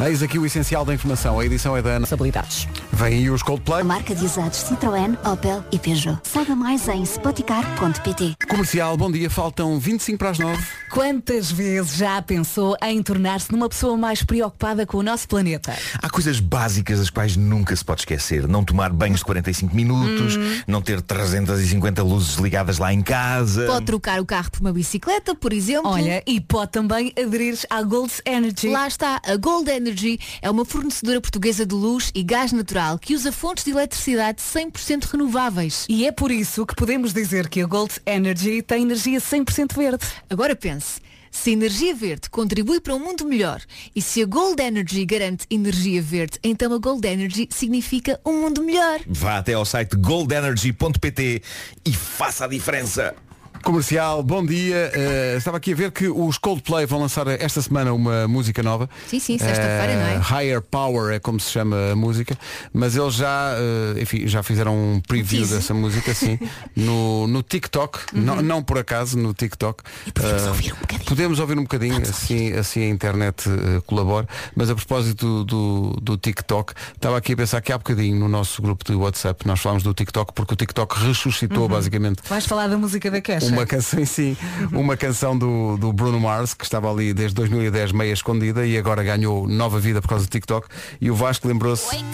A: Eis aqui o essencial da informação. A edição é da Ana.
Q: Habilidades.
A: Vem aí os Coldplay.
O: Marca de usados Citroën, Opel e Peugeot. Saiba mais em spoticar.pt.
A: Comercial, bom dia. Faltam 25 para as 9.
C: Quantas vezes já pensou em tornar-se numa pessoa mais preocupada com o nosso planeta?
I: Há coisas básicas das quais nunca se pode esquecer. Não tomar banhos de 45 minutos, não ter 350 luzes ligadas lá em casa.
D: Pode trocar o carro por uma bicicleta, por exemplo.
C: Olha, e pode também aderir à Gold Energy.
D: Lá está, a Gold Energy é uma fornecedora portuguesa de luz e gás natural que usa fontes de eletricidade 100% renováveis.
C: E é por isso que podemos dizer que a Gold Energy tem energia 100% verde.
D: Agora pense, se a energia verde contribui para um mundo melhor e se a Gold Energy garante energia verde, então a Gold Energy significa um mundo melhor.
I: Vá até ao site goldenergy.pt e faça a diferença.
A: Comercial, bom dia. Eh, estava aqui a ver que os Coldplay vão lançar esta semana uma música nova.
D: Sim, sim, sexta-feira,
A: Eh,
D: não é?
A: Higher Power é como se chama a música. Mas eles já, eh, enfim, já fizeram um preview
D: Teaser. Uhum.
A: dessa música, sim, no, no TikTok. Não, não por acaso, no TikTok. podemos ouvir um bocadinho. Podemos ouvir um bocadinho, assim, assim a internet eh, colabora. Mas a propósito do, do, do TikTok, estava aqui a pensar que há bocadinho no nosso grupo de WhatsApp nós falámos do TikTok porque o TikTok ressuscitou
C: Uhum.
A: basicamente
C: Vais falar da música da Kesha?
A: uma canção, sim, uma canção do, do Bruno Mars, que estava ali desde 2010 meia escondida e agora ganhou nova vida por causa do TikTok. E o Vasco lembrou-se.
D: Ai,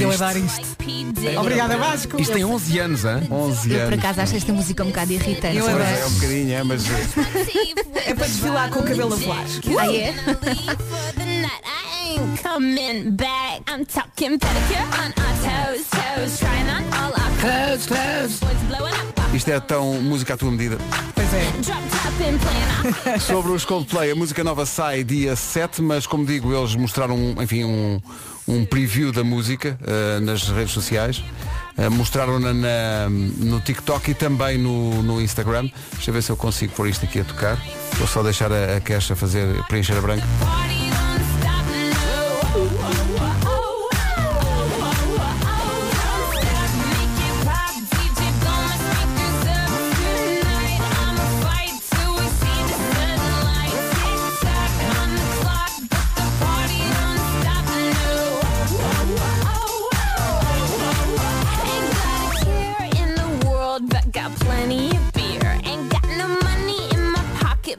D: eu
A: Isto-
D: adoro isto.
A: Isto
I: um
A: tem 11 anos, hã? 11
D: Eu por
A: anos.
D: acaso acho esta música um bocado irritante.
A: Pois é, um bocadinho, é, mas.
D: É para desfilar com o cabelo a voar. Ah, é?
E: Coming back, I'm talking pedicure on our toes, toes, trying on all our clothes, clothes. Boys blowing up,
A: Isto é tão música à tua medida.
C: Pois é.
E: drop top and playing our
A: Sobre os Coldplay, a música nova sai dia 7, mas como digo, eles mostraram um, enfim, um, um preview da música eh, nas redes sociais. Eh, Mostraram-na na- no TikTok e também no, no Instagram. Deixa eu ver se eu consigo pôr isto aqui a tocar. Vou só deixar a, a Kesha fazer preencher a branca.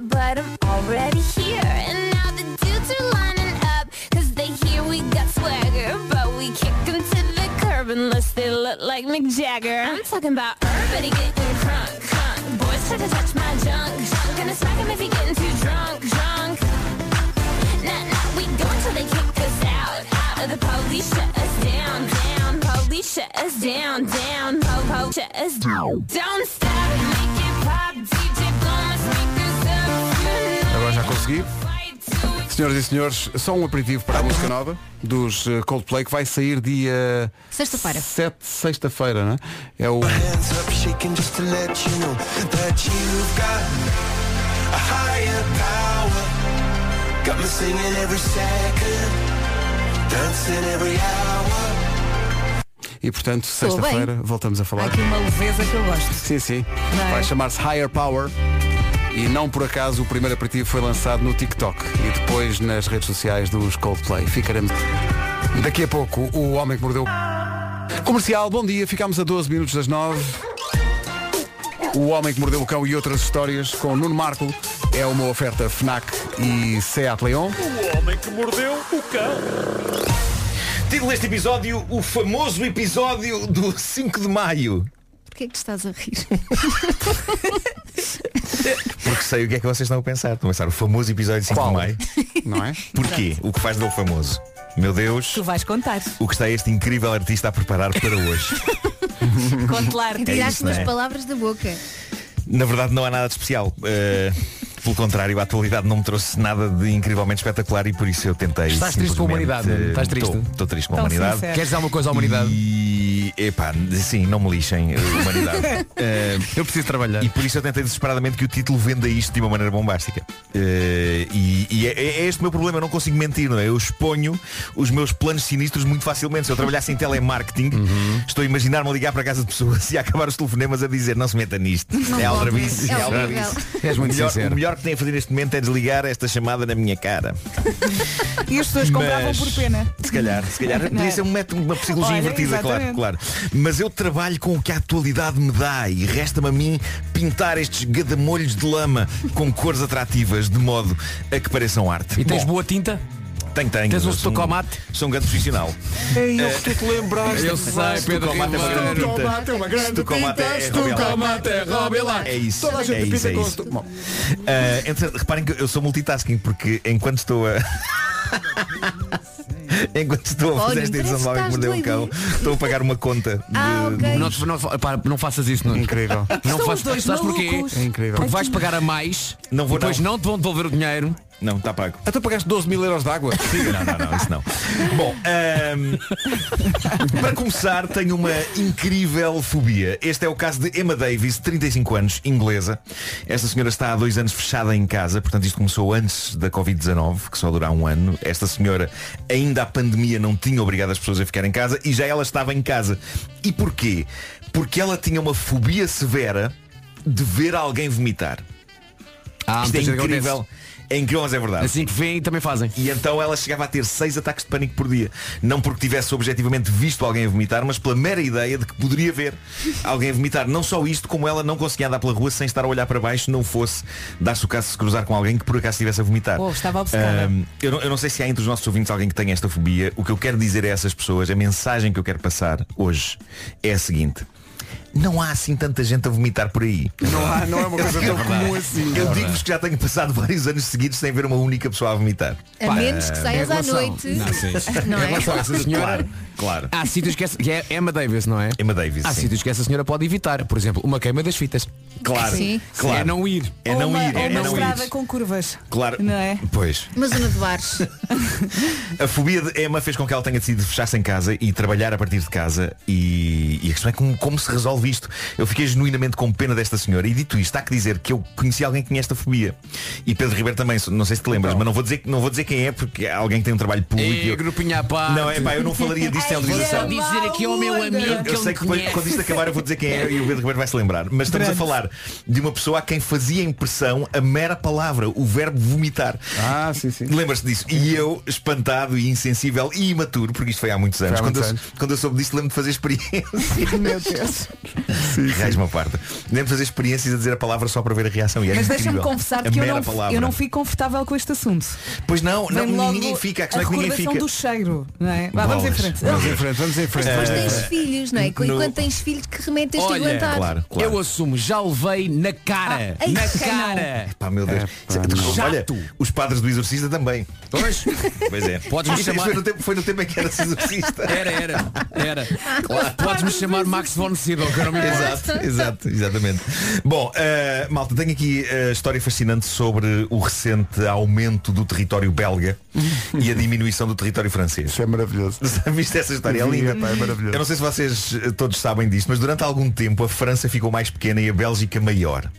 E: But I'm already here And now the dudes are lining up Cause they hear we got swagger But we kick them to the curb Unless they look like Mick Jagger I'm talking about everybody getting crunk, crunk Boys try to touch my junk, junk Gonna smack him if he getting too drunk, drunk Nah, nah, we go until they kick us out, out The police shut us down, down Police shut us down, down Po, po, shut us down Don't stop, make it pop DJ, blow my speakers up tonight
A: Agora já consegui. Senhoras e senhores, só um aperitivo para a música nova dos eh, Coldplay que vai sair dia
D: Sexta-feira.
A: 7, sexta-feira, não é? É o e portanto
C: Estou bem.
A: sexta-feira voltamos a
C: Há
A: falar.
C: aqui uma leveza que eu gosto.
A: Sim, sim.
C: Não é?
A: Vai chamar-se Higher Power. E não por acaso o primeiro aperitivo foi lançado no TikTok e depois nas redes sociais dos Coldplay. Ficaremos. Daqui a pouco, o Homem que Mordeu. Comercial, bom dia. Ficámos a 12 minutos das 9. O Homem que Mordeu o Cão e outras histórias com Nuno Marco é uma oferta FNAC e Seat Leon.
T: O homem que mordeu o cão.
I: Título deste episódio, o famoso episódio do 5 de Maio.
D: Porquê que tu estás a rir?
I: Porque sei o que é que vocês estão a pensar. Estão a pensar o famoso episódio de 5 de Maio.
A: Não é?
I: Porquê? O que faz dele famoso? Meu Deus,
C: Tu vais contar.
I: o que está este incrível artista a preparar para hoje?
C: Conte lá,
I: É isso,
D: Tiraste-me
I: não
D: as
I: é?
D: palavras da boca. É
I: Na verdade não há nada de especial. Eh, pelo contrário, a atualidade não me trouxe nada de incrivelmente espetacular e por isso eu tentei.
K: Estás triste com a humanidade, Nuno? Estás triste?
I: Estou triste com a
K: Tão
I: humanidade.
K: sincero. Queres dizer alguma coisa à
I: humanidade? E epá, sim, não me lixem, eh, humanidade. Eh,
K: eu preciso trabalhar.
I: E por isso eu tentei desesperadamente que o título venda isto de uma maneira bombástica. Eh, e e é, é este o meu problema, eu não consigo mentir, não é? Eu exponho os meus planos sinistros muito facilmente. Se eu trabalhasse em telemarketing, estou a imaginar-me a ligar para a casa de pessoas e a acabar os telefonemas a dizer não se meta nisto.
K: Não
I: é
K: pode,
I: aldrabice.
K: é
I: é
K: horrível.
I: aldrabice.
K: És muito
I: o, melhor,
K: sincero.
I: o melhor que tem a fazer neste momento é desligar esta chamada na minha cara.
C: E as pessoas compravam
I: Mas-
C: por pena.
I: Se calhar, se calhar.
C: Não
I: Podia
C: é?
I: ser um método, uma psicologia
C: Olha,
I: invertida,
C: exatamente.
I: claro, claro. Mas eu trabalho com o que a atualidade me dá e resta-me a mim pintar estes gadamolhos de lama com cores atrativas, de modo a que pareçam arte.
K: E tens
I: Bom,
K: boa tinta?
I: Tenho, tenho.
K: Tens um
I: Eu sou
K: estocomate?
I: Sou um grande profissional.
K: Ei, eu
I: Eh,
K: que tu te lembraste. Eu sei, Pedro
I: Estocomate é uma
K: Ribeiro.
I: grande tinta.
K: Estocomate é uma grande
I: Estocomate
K: tinta.
I: é Robbie Lack.
K: Estocomate é Robbie Lack.
I: É isso.
K: Toda a gente
I: é
K: pinta
I: isso, é
K: com
I: isso.
K: estoc- Bom.
I: Eh, entretanto, reparem que eu sou multitasking porque enquanto estou a. Enquanto estou a
K: Olha,
I: fazer esta edição de
K: parece
I: Homem que
K: que
I: Mordeu um
K: estás
I: Cão, estou a pagar uma conta
K: Ah,
I: de-
K: ok. Não te- não fa- pá, não faças isso, Nuno.
A: Incrível.
K: Não
I: São
K: faz,
I: os dois
K: sabes porquê?
I: malucos. É incrível.
K: Porque vais pagar a mais,
I: Não vou,
K: depois não. te vão devolver o dinheiro
I: Não, está pago.
A: Até Então pagaste 12 mil euros de água?
I: Sim, não, não, não, isso não. Bom,
H: ehm,
I: ahm, para começar, tenho uma incrível fobia. Este é o caso de Emma Davis, 35 anos, inglesa. Esta senhora está há dois anos fechada em casa, portanto isto começou antes da Covid-19, que só dura um ano. Esta senhora, ainda a pandemia não tinha obrigado as pessoas a ficar em casa e já ela estava em casa. E porquê? Porque ela tinha uma fobia severa de ver alguém vomitar.
K: Ah,
I: Isto é
K: muita gente que
I: incrível.
K: acontece.
I: É incrível, mas é verdade.
K: Assim que vêm, também fazem.
I: E então ela chegava a ter seis ataques de pânico por dia. Não porque tivesse objetivamente visto alguém a vomitar, mas pela mera ideia de que poderia ver alguém a vomitar. Não só isto, como ela não conseguia andar pela rua sem estar a olhar para baixo, não fosse dar-se o caso de se cruzar com alguém que por acaso estivesse a vomitar.
Q: Oh, estava obcecada.
I: Ahm, eu, não, eu não sei se há entre os nossos ouvintes alguém que tenha esta fobia. O que eu quero dizer a essas pessoas, a mensagem que eu quero passar hoje é a seguinte. Não há assim tanta gente a vomitar por aí.
A: Não há, não é uma coisa tão
I: verdade.
A: comum assim.
I: Eu digo-vos que já tenho passado vários anos seguidos sem ver uma única pessoa a vomitar.
D: A menos que saias à noite. Não
K: Em
D: é?
K: relação a essa senhora,
I: claro.
K: Há sítios que essa, que é Emma Davis, não é?
I: Emma Davis.
A: Ah,
K: Há sítios que essa senhora pode evitar. Por exemplo, uma queima das fitas.
I: Claro. Sim. Claro.
K: É não ir.
I: É
C: Ou
I: não
C: uma,
I: ir,
C: ou
I: é
C: uma
I: não
C: estrada
I: ir.
C: com curvas.
I: Claro.
C: Não é?
I: Pois.
D: Uma zona de bares.
I: A fobia de Emma fez com que ela tenha decidido fechar-se em casa e trabalhar a partir de casa e, e a questão é como, como se resolve isto. Eu fiquei genuinamente com pena desta senhora e dito isto, há que dizer que eu conheci alguém que tinha esta fobia. E Pedro Ribeiro também, não sei se te lembras, mas não vou dizer, não vou dizer quem é porque é alguém que tem um trabalho público.
K: E
I: eu-
K: grupinho É, à parte.
I: Não, é pá, eu não falaria disto sem
K: Ai,
I: autorização.
K: eu vou dizer aqui ao meu amigo
I: Eu,
K: que
I: eu
K: ele me
I: sei que quando,
K: conhece.
I: quando isto acabar eu vou dizer quem é e o Pedro Ribeiro vai se lembrar. Mas estamos a
K: Grande.
I: falar de uma pessoa a quem fazia impressão a mera palavra, o verbo vomitar.
A: Ah, sim, sim.
I: Lembras-te disso? E eu, espantado e insensível e imaturo, porque isto foi há muitos
K: Tá
I: anos.
A: há
I: quando,
A: muitos
I: eu, quando eu soube disto, lembro de fazer experiências.
C: Meu Deus.
I: Raiz uma parte. Lembro de fazer experiências a dizer a palavra só para ver a reação. E era
C: Mas deixa-me
I: É incrível.
C: confessar
I: a
C: que eu
I: mera
C: não,
I: palavra.
C: eu não fico confortável com este assunto.
I: Pois não, não,
C: Vem-me logo
I: ninguém fica, a
C: a
I: questão é que ninguém
C: recordação
I: fica.
C: do cheiro, não é? Vá, vamos em
I: Bolas.
C: frente.
A: Vamos em frente, vamos em
K: É,
A: frente. é
D: Mas
I: Eh,
D: tens filhos, não é? E
I: no- É
D: Quando tens filhos, que remédio tens de
A: um
K: Olha,
D: aguentar?
K: eu assumo, já levei na cara.
D: Ah, ei,
K: na
D: quem não?
K: cara.
I: Pá, meu Deus.
K: não.
I: Olha, os padres do exorcista também.
K: Pois.
I: Pois é.
K: Podes-me
I: Isso- isso
K: chamar-
I: Foi no, tempo, foi no tempo em que era exorcista.
K: Era, era, era. Podes-me chamar Max von Sydow, que eu não me importo.
I: Exato, exato, exatamente. Bom, eh, malta, tenho aqui a história fascinante sobre o recente aumento do território belga e a diminuição do território francês. Isso
A: é maravilhoso.
I: Viste essa história? É
A: Vi,
I: linda.
A: epá, é maravilhoso.
I: Eu não sei se vocês eh, todos sabem disto, mas durante algum tempo a França ficou mais pequena e a Bélgica maior.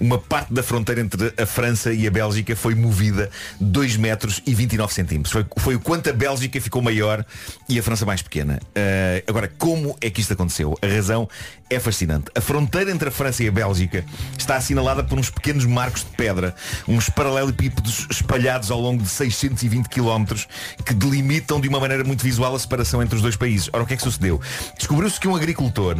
I: Uma parte da fronteira entre a França e a Bélgica foi movida 2 metros e 29 centímetros. Foi, foi o quanto a Bélgica ficou maior e a França mais pequena. Eh, agora, como é que isto aconteceu? A razão é fascinante. A fronteira entre a França e a Bélgica está assinalada por uns pequenos marcos de pedra, uns paralelepípedos espalhados ao longo de 620 quilómetros que delimitam de uma maneira muito visual a separação entre os dois países. Ora, o que é que sucedeu? Descobriu-se que um agricultor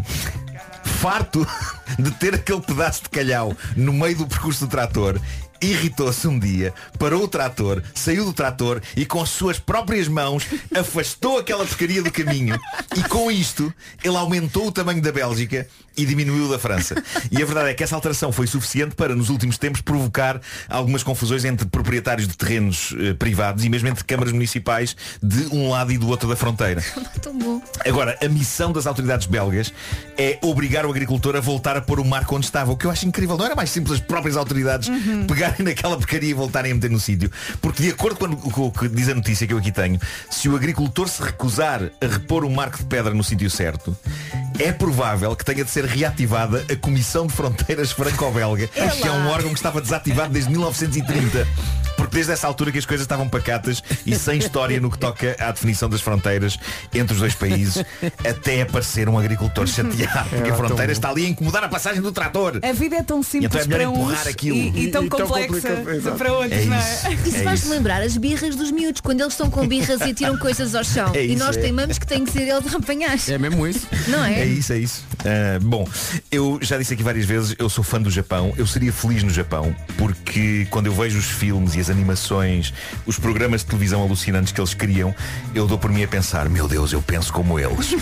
I: farto de ter aquele pedaço de calhau no meio do percurso do trator, irritou-se um dia, parou o trator, saiu do trator e com as suas próprias mãos afastou aquela porcaria do caminho e com isto ele aumentou o tamanho da Bélgica e diminuiu o da França. E a verdade é que essa alteração foi suficiente para, nos últimos tempos, provocar algumas confusões entre proprietários de terrenos eh, privados e mesmo entre câmaras municipais de um lado e do outro da fronteira.
D: Tão bom.
I: Agora, a missão das autoridades belgas é obrigar o agricultor a voltar a pôr o marco onde estava, o que eu acho incrível. Não era mais simples as próprias autoridades pegarem naquela porcaria e voltarem a meter no sítio. Porque de acordo com o- com o que diz a notícia que eu aqui tenho, se o agricultor se recusar a repor o marco de pedra no sítio certo, é provável que tenha de ser reativada a Comissão de Fronteiras Franco-Belga, que é um órgão que estava desativado desde 1930. Porque desde essa altura que as coisas estavam pacatas e sem história no que toca à definição das fronteiras entre os dois países, até aparecer um agricultor chateado,
A: É,
I: porque
A: tão
I: a fronteira
A: bom.
I: está ali a incomodar a passagem do trator.
C: A vida é tão simples
I: Então é melhor
C: para uns
I: empurrar aquilo.
C: E, e tão
I: E tão
C: complexa
I: complicado, exato.
C: para outros,
I: É
C: não
I: isso.
C: é?
D: Isso
I: É
D: faz-me
I: isso.
D: lembrar as birras dos miúdos, quando eles estão com birras e tiram coisas ao chão.
I: É
D: e
I: isso,
D: nós
I: é.
D: teimamos que tem que ser eles a apanhar.
K: É mesmo isso.
D: Não é?
I: É isso, é isso. Ah, bom, eu já disse aqui várias vezes, eu sou fã do Japão, eu seria feliz no Japão, porque quando eu vejo os filmes e as animações, os programas de televisão alucinantes que eles criam, eu dou por mim a pensar, meu Deus, eu penso como eles.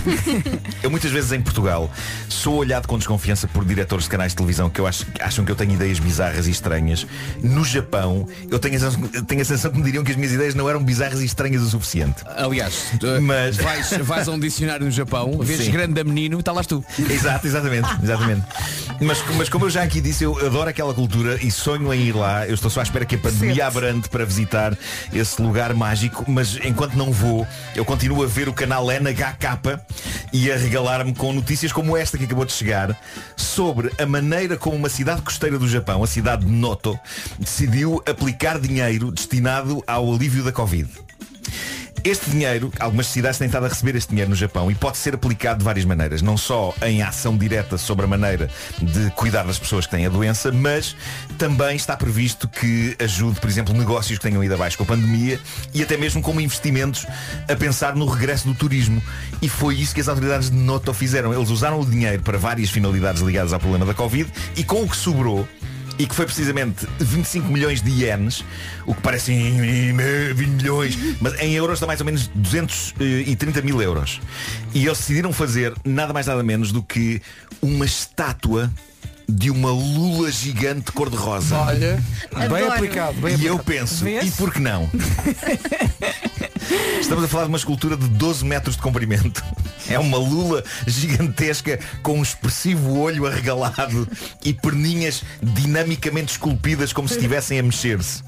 I: eu muitas vezes em Portugal sou olhado com desconfiança por diretores de canais de televisão que eu acho, que acham que eu tenho ideias bizarras e estranhas. No Japão, eu tenho a, sensação, tenho a sensação que me diriam que as minhas ideias não eram bizarras e estranhas o suficiente.
K: Aliás, eh,
I: Mas-
K: vais, vais a um dicionário no Japão, vês
I: Sim.
A: tá
K: grande a menino, está lá tu.
I: Exato, exatamente, exatamente. Mas, mas como eu já aqui disse, eu adoro aquela cultura e sonho em ir lá. Eu estou só à espera que a pandemia abrante para visitar esse lugar mágico, mas enquanto não vou, eu continuo a ver o canal NHK e a regalar-me com notícias como esta que acabou de chegar sobre a maneira como uma cidade costeira do Japão, a cidade de Noto, decidiu aplicar dinheiro destinado ao alívio da Covid. Este dinheiro, algumas cidades têm estado a receber este dinheiro no Japão e pode ser aplicado de várias maneiras. Não só em ação direta sobre a maneira de cuidar das pessoas que têm a doença, mas também está previsto que ajude, por exemplo, negócios que tenham ido abaixo com a pandemia e até mesmo como investimentos a pensar no regresso do turismo. E foi isso que as autoridades de Noto fizeram. Eles usaram o dinheiro para várias finalidades ligadas ao problema da Covid e com o que sobrou, e que foi precisamente 25 milhões de ienes, o que parece 20 milhões, mas em euros dá mais ou menos 230 mil euros. E eles decidiram fazer nada mais nada menos do que uma estátua de um uma lula gigante cor-de-rosa.
A: Olha, bem Adoro. aplicado, bem
I: e eu
A: aplicado.
I: penso,
A: Vês?
I: e por que não? Estamos a falar de uma escultura de 12 metros de comprimento. É uma lula gigantesca com um expressivo olho arregalado e perninhas dinamicamente esculpidas como se estivessem a mexer-se.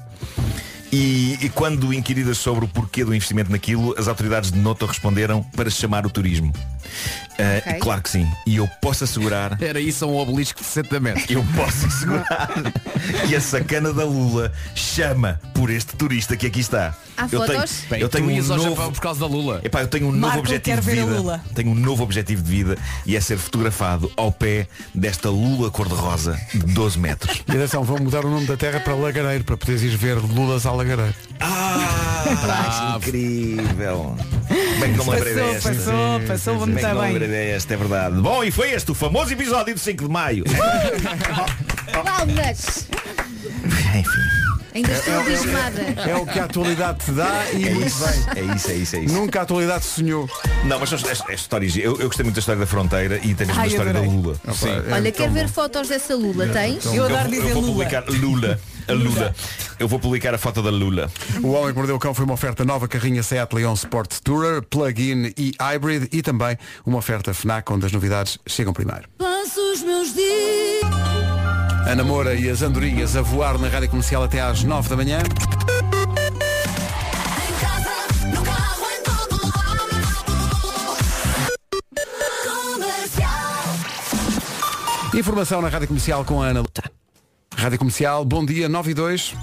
I: E, e quando inquiridas sobre o porquê do investimento naquilo, as autoridades de Noto responderam para chamar o turismo. Ah,
K: Ok.
I: e Claro que sim. E eu posso assegurar
K: Era isso um obelisco de 60 metros.
I: eu posso assegurar que a sacana da Lula chama por este turista que aqui está.
K: Há
I: eu tenho,
K: fotos? Bem,
I: eu
K: tu
I: tenho um
K: ias ao Japão
I: novo
K: por causa da Lula.
I: Epá, eu tenho um
K: Marco
I: novo objetivo
K: quer
I: de
K: ver a
I: vida.
K: Lula.
I: Tenho um novo objetivo de vida e é ser fotografado ao pé desta Lula cor-de-rosa de 12 metros.
A: E atenção, vão mudar o nome da terra para Lagareiro, para poderes ir ver Lulas à Lagareiro.
I: Ah, incrível. Bem que não me lembrei
A: Passou,
I: desta.
A: passou,
I: Sim,
A: passou
I: sim,
A: muito
I: Bem que não me
A: bem.
I: lembrei desta, é verdade. Bom, e foi este o famoso episódio do 5 de Maio.
D: Palmas! Ainda estou abismada.
A: É o que a atualidade te dá e
I: É
A: muito
I: isso,
A: bem.
I: é isso, é isso, é isso.
A: Nunca a atualidade sonhou.
I: Não, mas são- é, é histórias. Eu, eu gostei muito da história da fronteira e também da
D: Ai,
I: história
D: adorei.
I: da Lula. Sim.
A: é
D: Olha, quero ver fotos dessa Lula, tens?
I: vou- eu vou publicar Lula. A Lula. Eu vou publicar a foto da Lula.
A: O Homem que Mordeu o Cão foi uma oferta nova carrinha Seat Leon Sport Tourer, plug-in e hybrid e também uma oferta FNAC onde as novidades chegam primeiro.
U: Passo os meus dias.
A: Ana Moura e as Andorinhas a voar na Rádio Comercial até às 9 da manhã. Informação na Rádio Comercial com a Ana Luta. Rádio Comercial, bom dia, 9 e 2.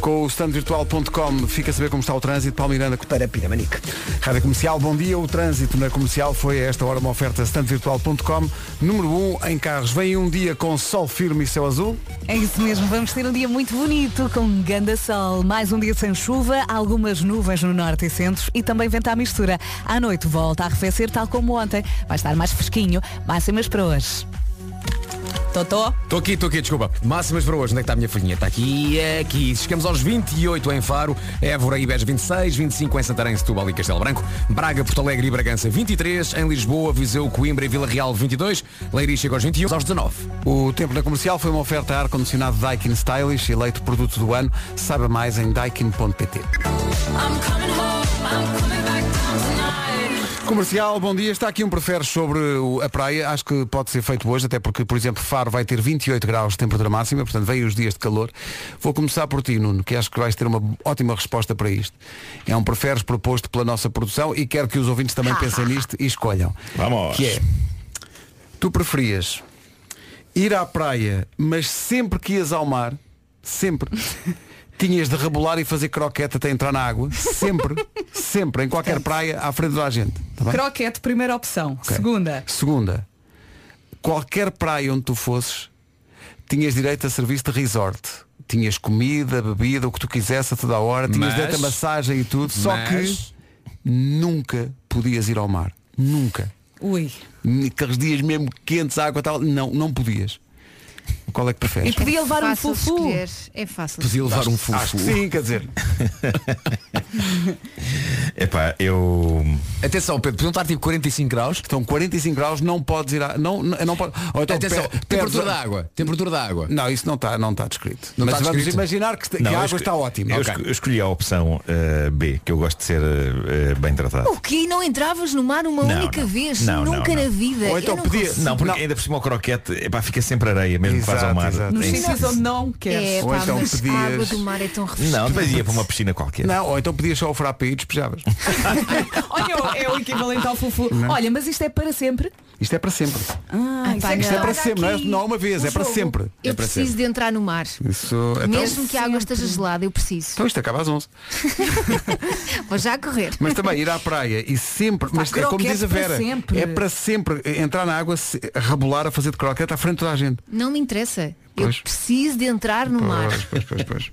A: Com o standvirtual.com fica a saber como está o trânsito. Paulo Miranda para Piramanique. Rádio Comercial, bom dia. O trânsito na comercial foi a esta hora uma oferta standvirtual.com. Número 1 em carros. Vem um dia com sol firme e céu azul.
C: É isso mesmo, vamos ter um dia muito bonito, com um ganda sol, mais um dia sem chuva, algumas nuvens no norte e centro e também vento à mistura. À noite volta a arrefecer tal como ontem, vai estar mais fresquinho, máximas para hoje. Totó.
K: Estou aqui, estou aqui, desculpa. Máximas para hoje, onde é que está a minha folhinha? Está aqui, é aqui. Chegamos aos 28 em Faro, Évora e Beja 26, 25 em Santarém, Setúbal e Castelo Branco, Braga, Porto Alegre e Bragança 23, em Lisboa, Viseu, Coimbra e Vila Real 22, Leiria chega aos 21, aos 19.
A: O tempo na comercial foi uma oferta a ar-condicionado Daikin Stylish, eleito produto do ano. Saiba mais em daikin.pt. Comercial, bom dia. Está aqui um prefere sobre o- a praia. Acho que pode ser feito hoje, até porque, por exemplo, Faro vai ter 28 graus de temperatura máxima, portanto, veio os dias de calor. Vou começar por ti, Nuno, que acho que vais ter uma ótima resposta para isto. É um preferes proposto pela nossa produção e quero que os ouvintes também pensem nisto e escolham.
I: Vamos.
A: Que é, tu preferias ir à praia, mas sempre que ias ao mar, sempre, tinhas de rebolar e fazer croquete até entrar na água, sempre, sempre, em qualquer praia, à frente da gente. tá bem?
C: Croquete, primeira opção.
A: Ok.
C: Segunda.
A: Segunda, qualquer praia onde tu fosses, tinhas direito a serviço de resort. Tinhas comida, bebida, o que tu quisesse a toda a hora, tinhas
K: Mas-
A: direito a massagem e tudo, só
K: mas-
A: que nunca podias ir ao mar. Nunca.
C: Ui.
A: Aqueles dias mesmo quentes, água e tal. Não, não podias. Qual é que preferes?
D: podia
C: levar
D: um fufu. É fácil.
A: Podia levar um fufu. Acho que sim, quer dizer.
I: Epá, eu.
K: Atenção, Pedro, podiam estar tipo 45 graus.
A: Estão 45 graus, não podes ir a. Não, não, não pode... Ou então
K: Atenção,
A: pe-
K: temperatura
A: pedes a-
K: da água. Temperatura da água.
A: Não, isso não está não tá descrito.
K: Não
A: Mas
K: está
A: vamos
K: descrito?
A: imaginar que, que
I: Não,
A: a
I: eu
A: água
I: escolhi-
A: está ótima.
I: Eu,
A: Ok.
I: esco- eu escolhi a opção eh, B, que eu gosto de ser eh, eh, bem tratado.
D: O que não entravas no mar uma
I: Não,
D: única
I: não.
D: vez,
I: Não, não,
D: nunca
I: não.
D: na vida. Eu não consigo.
I: Não, porque ainda por cima o croquete epá, fica sempre areia, mesmo que vás ao
A: Exato,
I: mar.
A: exato.
D: Nos
I: Tem-
D: finais
C: onde não
D: É,
C: queres.
A: Ou
D: pá,
A: então
D: mas
A: pedias-
D: a água do mar é tão refrescante.
I: Não, depois ia para uma piscina qualquer.
A: Não, ou então podias só o frappe e despejavas.
C: Olha, é o equivalente ao fufu.
A: Não.
C: Olha, mas isto é para sempre.
A: Isto é para sempre.
C: Ah,
D: pá,
A: Isto é
D: não.
A: para sempre, não é, não é uma vez, é para sempre.
D: Eu
A: é para
D: preciso de entrar no mar.
A: sempre. Isso, então,
D: Mesmo que a água esteja gelada, eu preciso.
A: então isto acaba às 11.
D: Vou já correr.
A: Mas também ir à praia e sempre, mas é como
D: croquete
A: diz a
D: para
A: Vera,
D: sempre.
A: é para sempre entrar na água, se- a rebolar a fazer de croquete à frente de toda a gente.
D: Não me interessa.
A: Pois.
D: Eu preciso de entrar no mar.
A: Pois, pois, pois, pois.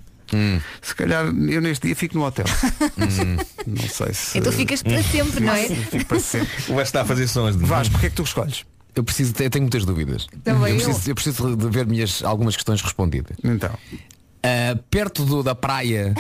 A: Se calhar eu neste dia fico no hotel. Hum. Não sei se.
D: Então ficas para sempre, não é?
A: Fico para sempre.
I: O Vasco está a fazer sons de.
A: Vasco, porque é que tu escolhes?
K: Eu preciso, eu tenho muitas dúvidas.
C: Também
K: eu,
C: eu.
K: preciso, eu preciso de ver minhas, algumas questões respondidas.
A: Então.
K: Ah, perto do- da praia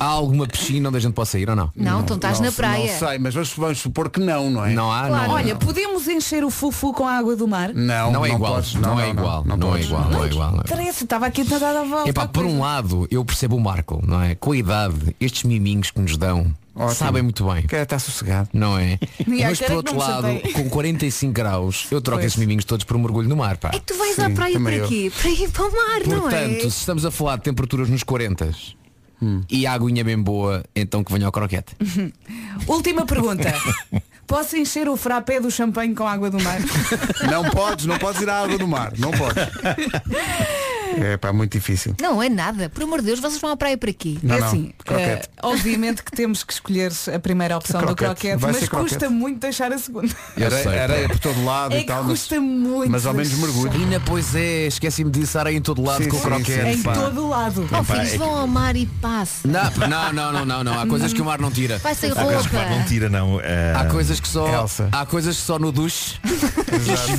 K: há alguma piscina onde a gente possa ir ou não?
D: Não, então estás na praia.
A: Não sei, mas vamos, vamos supor que não, não é?
K: Não há, não.
C: Olha, podemos encher o fufu com a água do mar?
A: Não,
K: Não é igual,
A: podes,
K: não é igual, não é
A: podes.
K: igual, não é igual, não é igual.
C: Parece, estava aqui a dar a volta.
K: Epá, por um lado, eu percebo o Marco, não é? Com a idade, estes miminhos que nos dão
A: Ótimo.
K: sabem muito bem.
A: Quer estar sossegado.
K: Não é?
C: E agora
K: Mas
C: que
K: por
C: não
K: outro
C: me
K: lado,
C: chatei.
K: com 45 graus, eu troco esses miminhos todos por um mergulho no mar, pá.
D: É que tu vais à praia
K: também
D: para
K: eu.
D: quê? Para ir para o mar, não é?
K: Portanto, se estamos a falar de temperaturas nos 40 e a aguinha bem boa, então que venha ao croquete.
C: Última pergunta. Posso encher o frappé do champanhe com água do mar?
A: Não podes, não podes ir à água do mar. Não podes. É pá, muito difícil.
D: Não é nada. Por amor de Deus, vocês vão à praia para quê?
A: Não,
C: é
A: não,
C: assim,
A: croquete.
C: eh, obviamente que temos que escolher a primeira opção do
A: Croquete.
C: croquete,
A: Vai
C: mas
A: ser croquete.
C: custa muito deixar a segunda.
A: Areia, areia por todo lado
C: É
A: e
C: que
A: tal. mas-
C: custa muito.
A: mas ao menos
C: deixar.
A: mergulho.
K: Ina, pois é, esqueci-me disso, areia em todo lado
A: Sim,
K: com
A: sim,
K: croquete.
C: Em
K: pá.
C: todo lado.
D: Oh,
A: é
D: filhos, vão ao mar e passe.
K: Não, não, não, não, não, não. Há coisas que o mar não tira.
D: Vai sem
I: Há coisas que o
D: roupa.
I: mar
A: tipo
I: não tira, não. eh,
K: Há coisas que só.
A: É. Elsa.
K: Há coisas que só no duche. Mesmo
A: E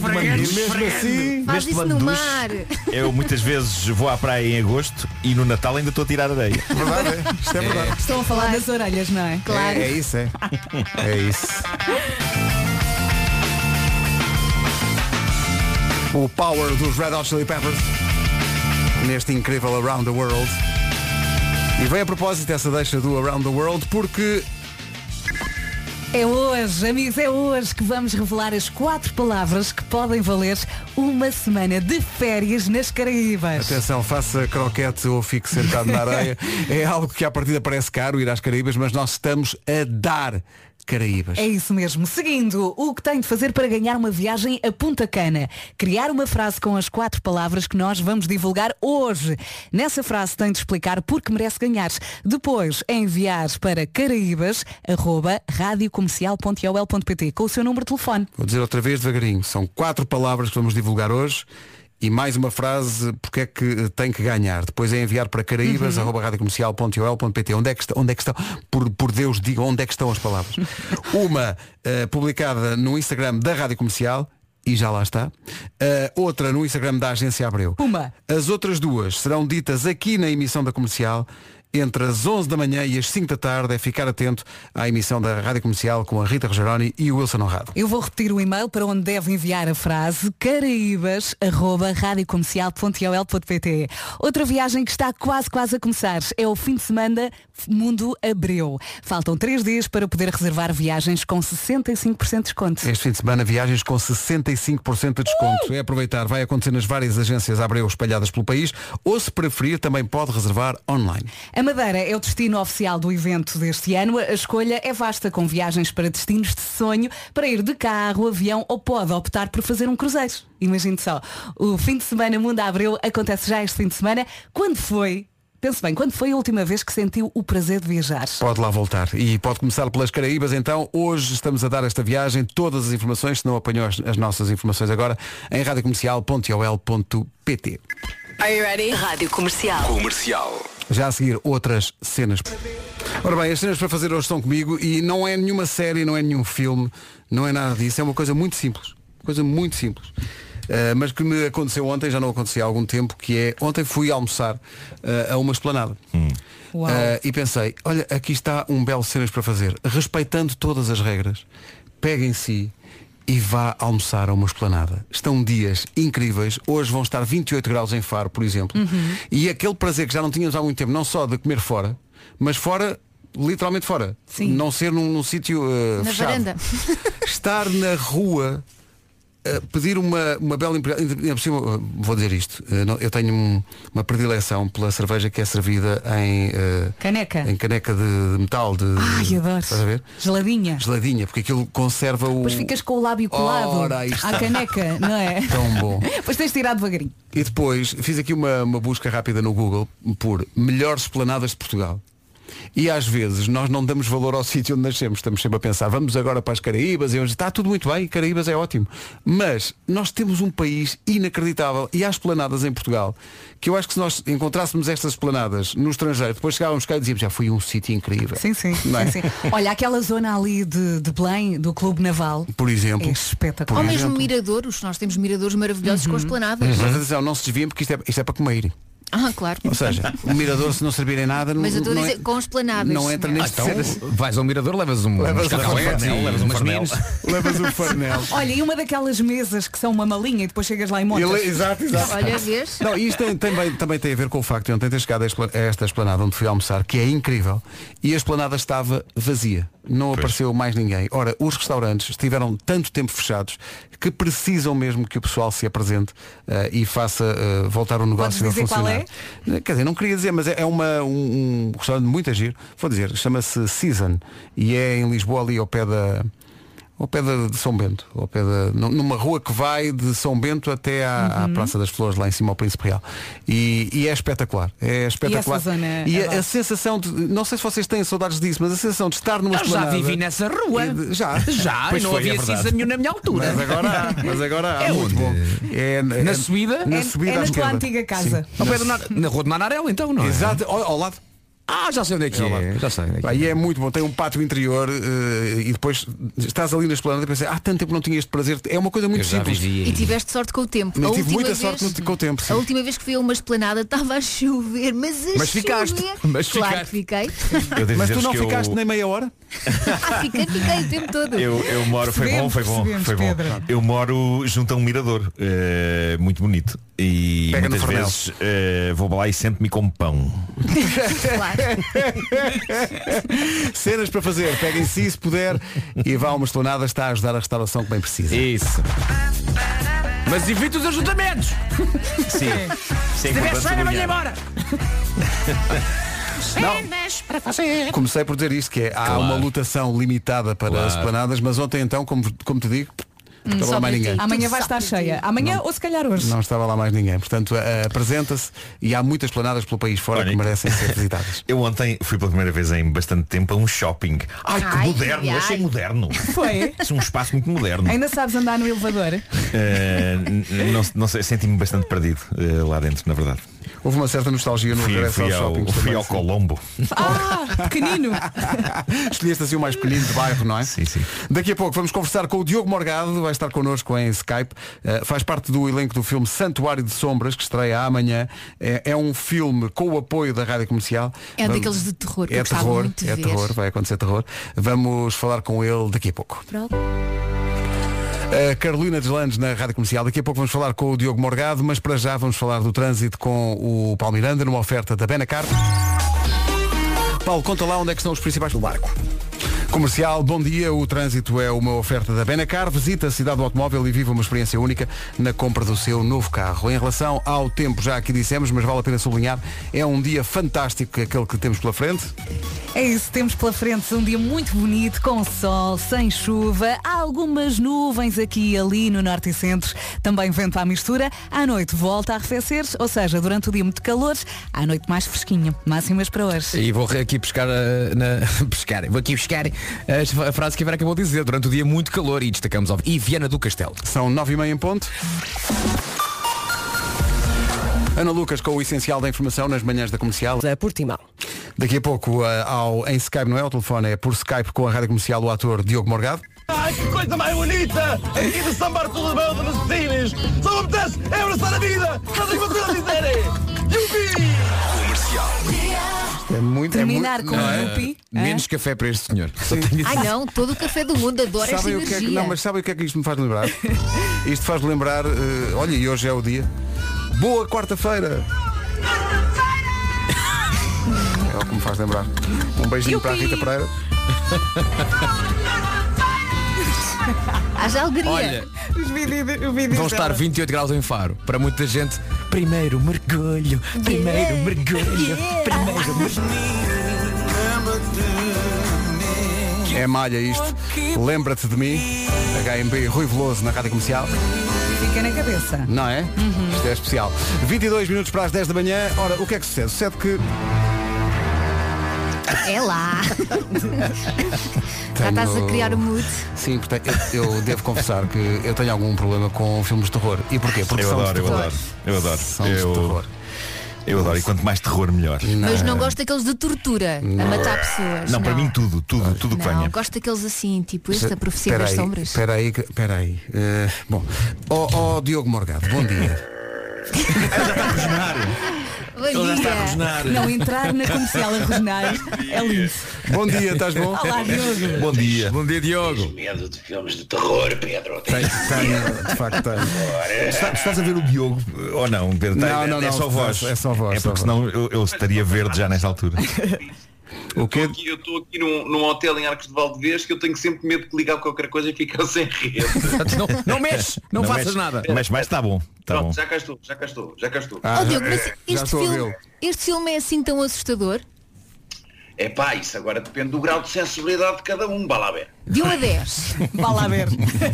K: mandando-
A: mesmo assim.
D: Faz isso no mar.
I: Eu muitas vezes vou à praia em agosto e no Natal ainda estou a tirar areia.
A: Verdade, é. Isto é verdade.
C: Estão a falar das orelhas, não é?
D: Claro.
A: É isso, é. É isso. O power dos Red Hot Chili Peppers neste incrível Around the World. E vem a propósito essa deixa do Around the World porque
C: É hoje, amigos, é hoje que vamos revelar as quatro palavras que podem valer uma semana de férias nas Caraíbas.
A: Atenção, faça croquete ou fique sentado na areia. É algo que à partida parece caro ir às Caraíbas, mas nós estamos a dar Caraíbas.
C: É isso mesmo. Seguindo, o que tem de fazer para ganhar uma viagem a Punta Cana? Criar uma frase com as quatro palavras que nós vamos divulgar hoje. Nessa frase tem de explicar porque merece ganhar. Depois, enviar para caraíbas.radiocomercial.ol.pt com o seu número de telefone.
A: Vou dizer outra vez devagarinho. São quatro palavras que vamos divulgar hoje. E mais uma frase, porque é que eh, tem que ganhar? Depois é enviar para caraíbas, arroba radiocomercial.ol.pt. Onde é que estão? Onde é que estão? Por, por Deus, diga onde é que estão as palavras. uma eh, publicada no Instagram da Rádio Comercial, e já lá está. Eh, outra no Instagram da Agência Abreu.
C: Uma.
A: As outras duas serão ditas aqui na emissão da comercial entre as 11 da manhã e as 5 da tarde. É ficar atento à emissão da Rádio Comercial com a Rita Rogeroni e o Wilson Honrado.
C: Eu vou repetir o e-mail para onde deve enviar a frase caraíbas.radiocomercial.ol.pt Outra viagem que está quase, quase a começar é o fim de semana Mundo Abreu. Faltam três dias para poder reservar viagens com 65% de desconto.
A: Este fim de semana viagens com 65% de desconto. É aproveitar, vai acontecer nas várias agências Abreu espalhadas pelo país ou se preferir também pode reservar online.
C: A Madeira é o destino oficial do evento deste ano. A escolha é vasta, com viagens para destinos de sonho, para ir de carro, avião ou pode optar por fazer um cruzeiro. Imagine só. O fim de semana Mundo Abreu acontece já este fim de semana. Quando foi? Pense bem, quando foi a última vez que sentiu o prazer de viajar?
A: Pode lá voltar. E pode começar pelas Caraíbas, então. Hoje estamos a dar esta viagem, todas as informações, se não apanhou as, as nossas informações agora, em radiocomercial.ol.pt.
J: Are you ready? Rádio Comercial.
A: Já a seguir, outras cenas. Ora bem, as cenas para fazer hoje estão comigo e não é nenhuma série, não é nenhum filme, não é nada disso, é uma coisa muito simples. Coisa muito simples. Uh, mas que me aconteceu ontem, já não acontecia há algum tempo, que é ontem fui almoçar uh, a uma esplanada.
C: Uau.
A: Uh, e pensei, olha, aqui está um belo cenas para fazer. Respeitando todas as regras, pegue em si e vá almoçar a uma esplanada. Estão dias incríveis. Hoje vão estar 28 graus em Faro, por exemplo.
H: Uhum.
A: E aquele prazer que já não tínhamos há muito tempo, não só de comer fora, mas fora, literalmente fora.
D: Sim.
A: Não ser num, num sítio uh,
D: Na
A: fechado
D: varanda.
A: estar na rua a pedir uma, uma bela empresa. uh, Vou dizer isto. eh, não- Eu tenho um- uma predileção pela cerveja que é servida em, eh,
C: Caneca.
A: em caneca de, de metal. De,
C: Ai, adoro.
A: Estás a ver?
C: Geladinha.
A: Geladinha, porque aquilo conserva o.
C: Depois ficas com o lábio colado
A: Ora, aí está.
C: à caneca, não é?
A: Tão bom.
C: Depois tens de tirar devagarinho.
A: E depois fiz aqui uma, uma busca rápida no Google por melhores esplanadas de Portugal. E às vezes nós não damos valor ao sítio onde nascemos, estamos sempre a pensar, vamos agora para as Caraíbas, e hoje está tudo muito bem, Caraíbas é ótimo. Mas nós temos um país inacreditável e há esplanadas em Portugal que eu acho que se nós encontrássemos estas esplanadas no estrangeiro, depois chegávamos cá e dizíamos, já foi um sítio incrível.
C: Sim, sim.
A: Não é?
C: sim, sim. Olha, aquela zona ali de, de Belém, do Clube Naval.
A: Por exemplo.
C: É espetacular.
A: Por
D: Ou mesmo
A: exemplo. Uhum.
D: miradouros, nós temos miradores maravilhosos com esplanadas.
A: Mas atenção, não se desviem porque isto é, isto é para comer.
D: Ah, claro.
A: Ou seja, o mirador se não servir em nada, não,
D: Mas eu estou a
A: não é-
D: dizer com esplanadas. é?
A: não entra
D: senhora.
A: neste cenário.
K: Então, Vais ao mirador, levas um
A: Levas
K: uns
A: um
K: cacauetes
A: farnel,
K: e
A: levas um
K: umas
A: farnel.
K: minas.
A: Levas o farnel.
C: Olha, e uma daquelas mesas que são uma malinha e depois chegas lá e montas.
A: Ele- é exato, exato.
D: vês?
A: Não, isto tem- também, também tem a ver com o facto de ontem ter chegado a espla- a esta esplanada onde fui almoçar, que é incrível, e a esplanada estava vazia. Não apareceu mais ninguém. Ora, os restaurantes estiveram tanto tempo fechados que precisam mesmo que o pessoal se apresente eh, e faça eh, voltar o negócio
C: Podes dizer
A: a
C: qual
D: é?
A: funcionar. Eh, Quer dizer, não queria dizer, mas é, é uma, um, um restaurante muito agir. Vou dizer, chama-se Season e é em Lisboa ali ao pé da. Ao pé da- de São Bento, ao pé da, nu- numa rua que vai de São Bento até à,
K: Uhum.
A: à Praça das Flores, lá em cima ao Príncipe Real. E, e é espetacular. É espetacular.
C: zona é
A: E a- a,
C: lá.
A: sensação de. Não sei se vocês têm saudades disso, mas a sensação de estar numa
K: Eu já
A: esplanada.
K: vivi nessa rua.
A: E de- Já.
K: Já,
A: Pois
K: não
A: foi,
K: havia
A: é verdade.
K: cinza nenhum na minha altura.
A: Mas agora há, mas agora há.
K: É
A: muito
K: onde?
A: bom. É,
K: Na subida?
A: Na
K: É-
A: subida
K: é na
A: à
K: tua
A: esquerda.
K: antiga
C: casa.
A: Sim.
K: Ao pé do Nar- na rua de Manarela, então, não é?
A: Exato, ao, ao lado.
K: Ah, já sei onde é que é. Já sei. onde é que é.
A: Pá, E é muito bom, tem um pátio interior eh, e depois estás ali na esplanada e pensas, "Ah, há tanto tempo não tinha este prazer, é uma coisa muito
K: Eu já
A: simples.
K: vivi
D: E tiveste sorte com o tempo.
A: Eu
D: a
A: tive
D: última
A: muita
D: vez,
A: sorte no- com o tempo, sim.
D: A última vez que fui a uma esplanada estava a chover, mas a
A: Mas ficaste,
D: chover.
A: mas
D: claro que fiquei.
I: Eu
A: Mas
I: devo
A: tu
I: dizer-vos
A: não
I: que eu-
A: ficaste nem meia hora?
D: ah, fiquei, fiquei o tempo todo.
I: Eu, eu moro, foi bom, foi bom, foi bom. Eu moro junto a um mirador, eh, muito bonito. E
A: Pega no
I: muitas
A: fornel.
I: vezes eh, vou para lá e sento-me como pão.
A: Cenas para fazer, peguem se se puder e vá a uma esplanada, está a ajudar a restauração que bem precisa.
K: Isso. Mas evita os ajuntamentos! Se
I: Sim. Sim,
K: tiver
I: importante
K: cheiro, venha
I: sublinhar.
K: embora!
A: Cenas
K: para fazer!
A: Comecei por dizer isto, que é, há
K: Claro.
A: uma lotação limitada para
K: Claro.
A: as planadas, mas ontem então, como, como te digo, não estava lá mais ninguém.
C: Amanhã vai estar cheia. Amanhã ou se calhar hoje.
A: Não estava lá mais ninguém. Portanto, eh, apresenta-se e há muitas planadas pelo país fora que merecem ser visitadas.
I: Eu ontem fui pela primeira vez em bastante tempo a um shopping. Ai, que
C: Ai,
I: moderno,
C: ai.
I: achei moderno.
C: Foi?
I: Isso é um espaço muito moderno.
C: Ainda sabes andar no elevador?
I: Eh, n- n- não, não sei, senti-me bastante perdido eh, lá dentro, na verdade.
A: Houve uma certa nostalgia no
I: fui,
A: regresso
I: fui
A: aos
I: ao,
A: shoppings
I: Fui
A: também,
I: ao
A: sim.
I: Colombo.
C: Ah, pequenino.
A: Escolheste assim o mais pequenino de bairro, não é? Sim,
I: sim.
A: Daqui a pouco vamos conversar com o Diogo Morgado, vai estar connosco em Skype. Uh, faz parte do elenco do filme Santuário de Sombras, que estreia amanhã. É, é um filme com o apoio da Rádio Comercial.
D: É
A: Vamos-
D: daqueles de terror que eu
A: é
D: gostava
A: terror,
D: muito de
A: é
D: ver.
A: terror, vai acontecer terror. Vamos falar com ele daqui a pouco. A Carolina Deslandes na Rádio Comercial. Daqui a pouco vamos falar com o Diogo Morgado, mas para já vamos falar do trânsito com o Paulo Miranda numa oferta da Benacar. Paulo, conta lá onde é que estão os principais do barco. Comercial, bom dia. O trânsito é uma oferta da Benacar. Visita a cidade do automóvel e viva uma experiência única na compra do seu novo carro. Em relação ao tempo, já aqui dissemos, mas vale a pena sublinhar, é um dia fantástico aquele que temos pela frente.
C: É isso, temos pela frente um dia muito bonito, com sol, sem chuva, há algumas nuvens aqui e ali no norte e centro, também vento à mistura, à noite volta a arrefecer, ou seja, durante o dia muito calor, à noite mais fresquinho, máximas para hoje.
K: E vou aqui pescar eh, na... pescar, vou aqui pescar eh, a frase que a Vera acabou de dizer durante o dia muito calor e destacamos óbvio. E Viana do Castelo.
A: São nove e meia em ponto. Ana Lucas com o essencial da informação nas manhãs da comercial.
Q: É Portimão.
A: eh, Daqui a pouco, ah, ao, em Skype, não é? O telefone é por Skype com a rádio comercial o ator Diogo Morgado.
H: Ai, que coisa mais bonita! Aqui de São Bartolomeu de Messines! Só me apetece é abraçar a vida! Fazem o que vocês dizerem! Yupi!
A: É muito,
D: Terminar com
A: não
D: um yuppie, é?
K: Menos café para este senhor. Só tenho a
D: Ai
K: dizer.
D: não, todo o café do mundo adora esta
A: Sabem o que
D: energia.
A: é que, não, mas sabem o que é que isto me faz lembrar? Isto faz lembrar, eh, olha, e hoje é o dia. Boa quarta-feira! É o que me faz lembrar. Um beijinho para a Rita Pereira.
D: Haja alegria.
K: Olha,
C: Os vídeos, os vídeos
K: Vão estar
C: dela.
K: 28 graus em Faro. Para muita gente, primeiro mergulho, primeiro mergulho, primeiro
A: É malha isto. Lembra-te de mim. HMB Rui Veloso na Rádio Comercial.
C: Fica na cabeça.
A: Não é?
D: Uhum.
A: Isto é especial. 22 minutos para as 10 da manhã. Ora, o que é que sucede? Sucede que
D: É lá. Já
A: Tenho-
D: estás a criar o mood.
A: Sim, portanto, eu, eu devo confessar que eu tenho algum problema com filmes de terror. E porquê? Porque
I: eu
A: são de
I: adoro, eu
A: terror.
I: adoro, eu adoro.
A: São de
I: Eu,
A: terror.
I: eu adoro. E quanto mais terror, melhor.
D: Mas não gosto daqueles de tortura, a matar pessoas.
I: Não, para mim tudo, tudo, tudo que
D: Não,
I: venha. Ah,
D: gosto daqueles assim, tipo esta profecia das sombras.
A: Espera aí, espera aí. Eh, bom, ó ó, Diogo Morgado, bom dia.
D: Bom
A: Ele já está a rosnar.
C: Não entrar na comercial a rosnar é lindo.
A: bom dia, estás bom?
C: Olá, Diogo.
A: Bom dia. Bom dia, Diogo.
V: medo de filmes de terror, Pedro.
A: Tenho, tenho, de facto tenho.
I: Está- Estás a ver o Diogo ou não, Pedro? Tá-
A: Não, não,
I: é
A: não,
I: só voz.
A: é só voz,
I: É
A: só
I: porque senão eu, eu estaria verde já nesta altura.
A: o quê?
V: Eu estou aqui num, num hotel em Arcos de Valdevez que eu tenho sempre medo de ligar qualquer coisa e ficar sem rede.
K: não, não mexe, não, faças
I: mexe,
K: nada.
I: Mas mas está bom,
V: Pronto,
I: está Tá bom.
V: já cá estou, já cá estou, já cá estou.
D: Oh, Diogo,
A: Ah,
D: mas este filme, este filme é assim tão assustador?
V: É pá, isso agora depende do grau de sensibilidade de cada um, vá lá ver.
D: De 1 a 10.
C: Vá lá ver.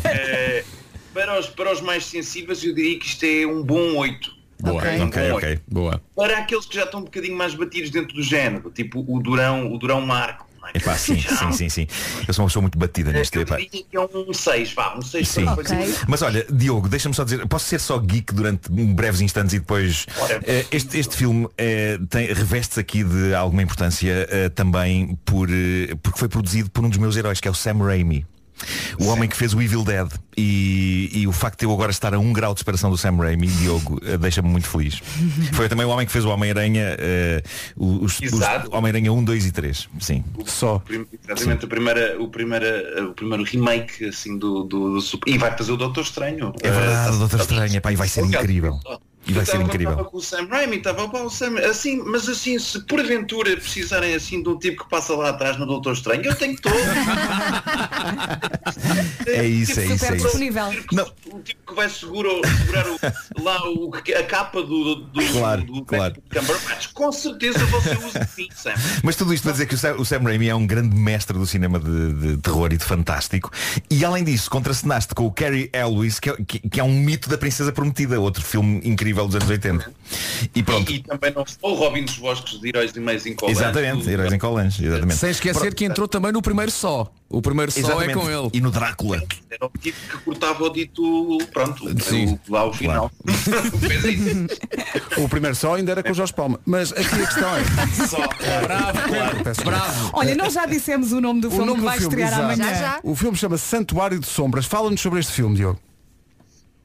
V: Eh, para, os, para os mais sensíveis eu diria que isto é um bom 8.
I: Boa,
V: Um
I: ok,
V: bom oito.
I: ok. Boa.
V: Para aqueles que já estão um bocadinho mais batidos dentro do género, tipo o Durão, o Durão Marco. é?
I: Epá, sim, sim, sim, sim. Eu sou uma pessoa muito batida neste.
V: Eu
I: epá.
V: diria que é um 6, vá, um 6
I: Sim. Mas olha, Diogo, deixa-me só dizer, posso ser só geek durante breves instantes e depois. Eh, este, este filme eh, tem- reveste-se aqui de alguma importância eh, também por, eh, porque foi produzido por um dos meus heróis, que é o Sam Raimi. O homem que fez o Evil Dead e, e o facto de eu agora estar a um grau de separação do Sam Raimi, Diogo, eh, deixa-me muito feliz. Foi também o homem que fez o Homem-Aranha, eh, os, os- Homem-Aranha 1, 2 e 3. Sim.
A: Só.
V: Exatamente, o primeiro, o, primeira- o primeiro remake assim, do, do, do super- E vai fazer o Doutor Estranho.
I: É verdade, Doutor Estranha, pá, e vai ser incrível. E vai
V: Eu
I: ser
V: tava-
I: incrível.
V: tava com o Sam Raimi, estava com o Sam, assim, mas assim, se porventura precisarem assim de um tipo que passa lá atrás no Doutor Estranho, eu tenho todo.
I: É isso, é isso, é isso.
V: Não. O tipo que vai seguro, segurar o- lá o, a capa do, do, do,
I: Claro,
V: do
I: claro.
V: Cumberbatch. Com certeza você usa sim, Sam.
I: Mas tudo isto para dizer que o Sam, o Sam Raimi é um grande mestre do cinema de, de terror e de fantástico. E além disso, contracenaste com o Carrie Elwes, que é, que- que é um mito da Princesa Prometida, outro filme incrível dos anos 80. E pronto.
V: E, e também não ou Robin dos Bosques de Heróis de Meios em
I: Exatamente, Heróis em Colange, exatamente.
K: Sem esquecer que entrou também no primeiro só. O primeiro só é
V: Exatamente.
K: com ele.
I: E no Drácula.
V: Era o tipo que cortava o dito, pronto,
K: Sim.
V: o- lá o final.
A: O primeiro só ainda era com o Jorge Palma. Mas aqui a questão é. Peço desculpa.
C: Olha, nós já dissemos o nome do filme que vai estrear
A: exato.
C: amanhã.
A: O filme chama Santuário de Sombras. Fala-nos sobre este filme, Diogo.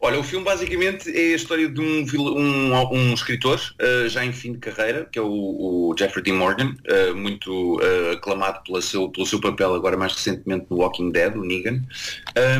V: Olha, o filme basicamente é a história de um, vil- um, um escritor eh, já em fim de carreira, que é o, o Jeffrey D. Morgan, eh, muito eh, aclamado pela seu, pelo seu papel agora mais recentemente no Walking Dead, o Negan.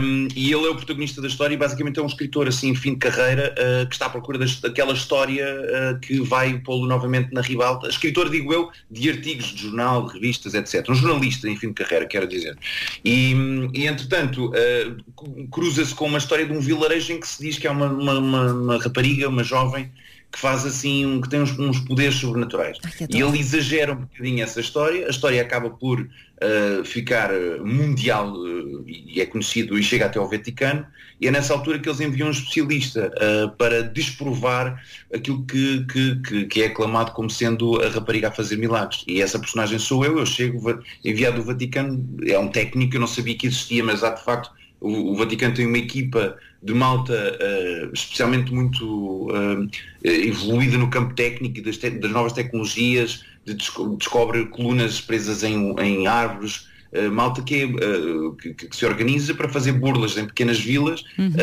V: Um, e ele é o protagonista da história e basicamente é um escritor assim em fim de carreira eh, que está à procura das- daquela história eh, que vai pô-lo novamente na ribalta. Escritor, digo eu, de artigos de jornal, de revistas, etc. Um jornalista em fim de carreira, quero dizer. E, hum, e, entretanto, eh, cu- cruza-se com uma história de um vilarejo em que se diz que há uma, uma, uma- uma rapariga, uma jovem, que faz assim, um- que tem uns, uns poderes sobrenaturais. e ele exagera um bocadinho essa história, a história acaba por eh, ficar eh, mundial eh, e é conhecido e chega até ao Vaticano, e é nessa altura que eles enviam um especialista eh, para desprovar aquilo que, que, que- que é aclamado como sendo a rapariga a fazer milagres. E essa personagem sou eu, eu chego, va- enviado do Vaticano, é um técnico, eu não sabia que existia, mas há de facto o, o Vaticano tem uma equipa de malta eh, especialmente muito eh, evoluída no campo técnico e das, te- das novas tecnologias, de desco- descobre colunas presas em, em árvores, eh, malta que, é, eh, que- que- que se organiza para fazer burlas em pequenas vilas,
F: Uhum.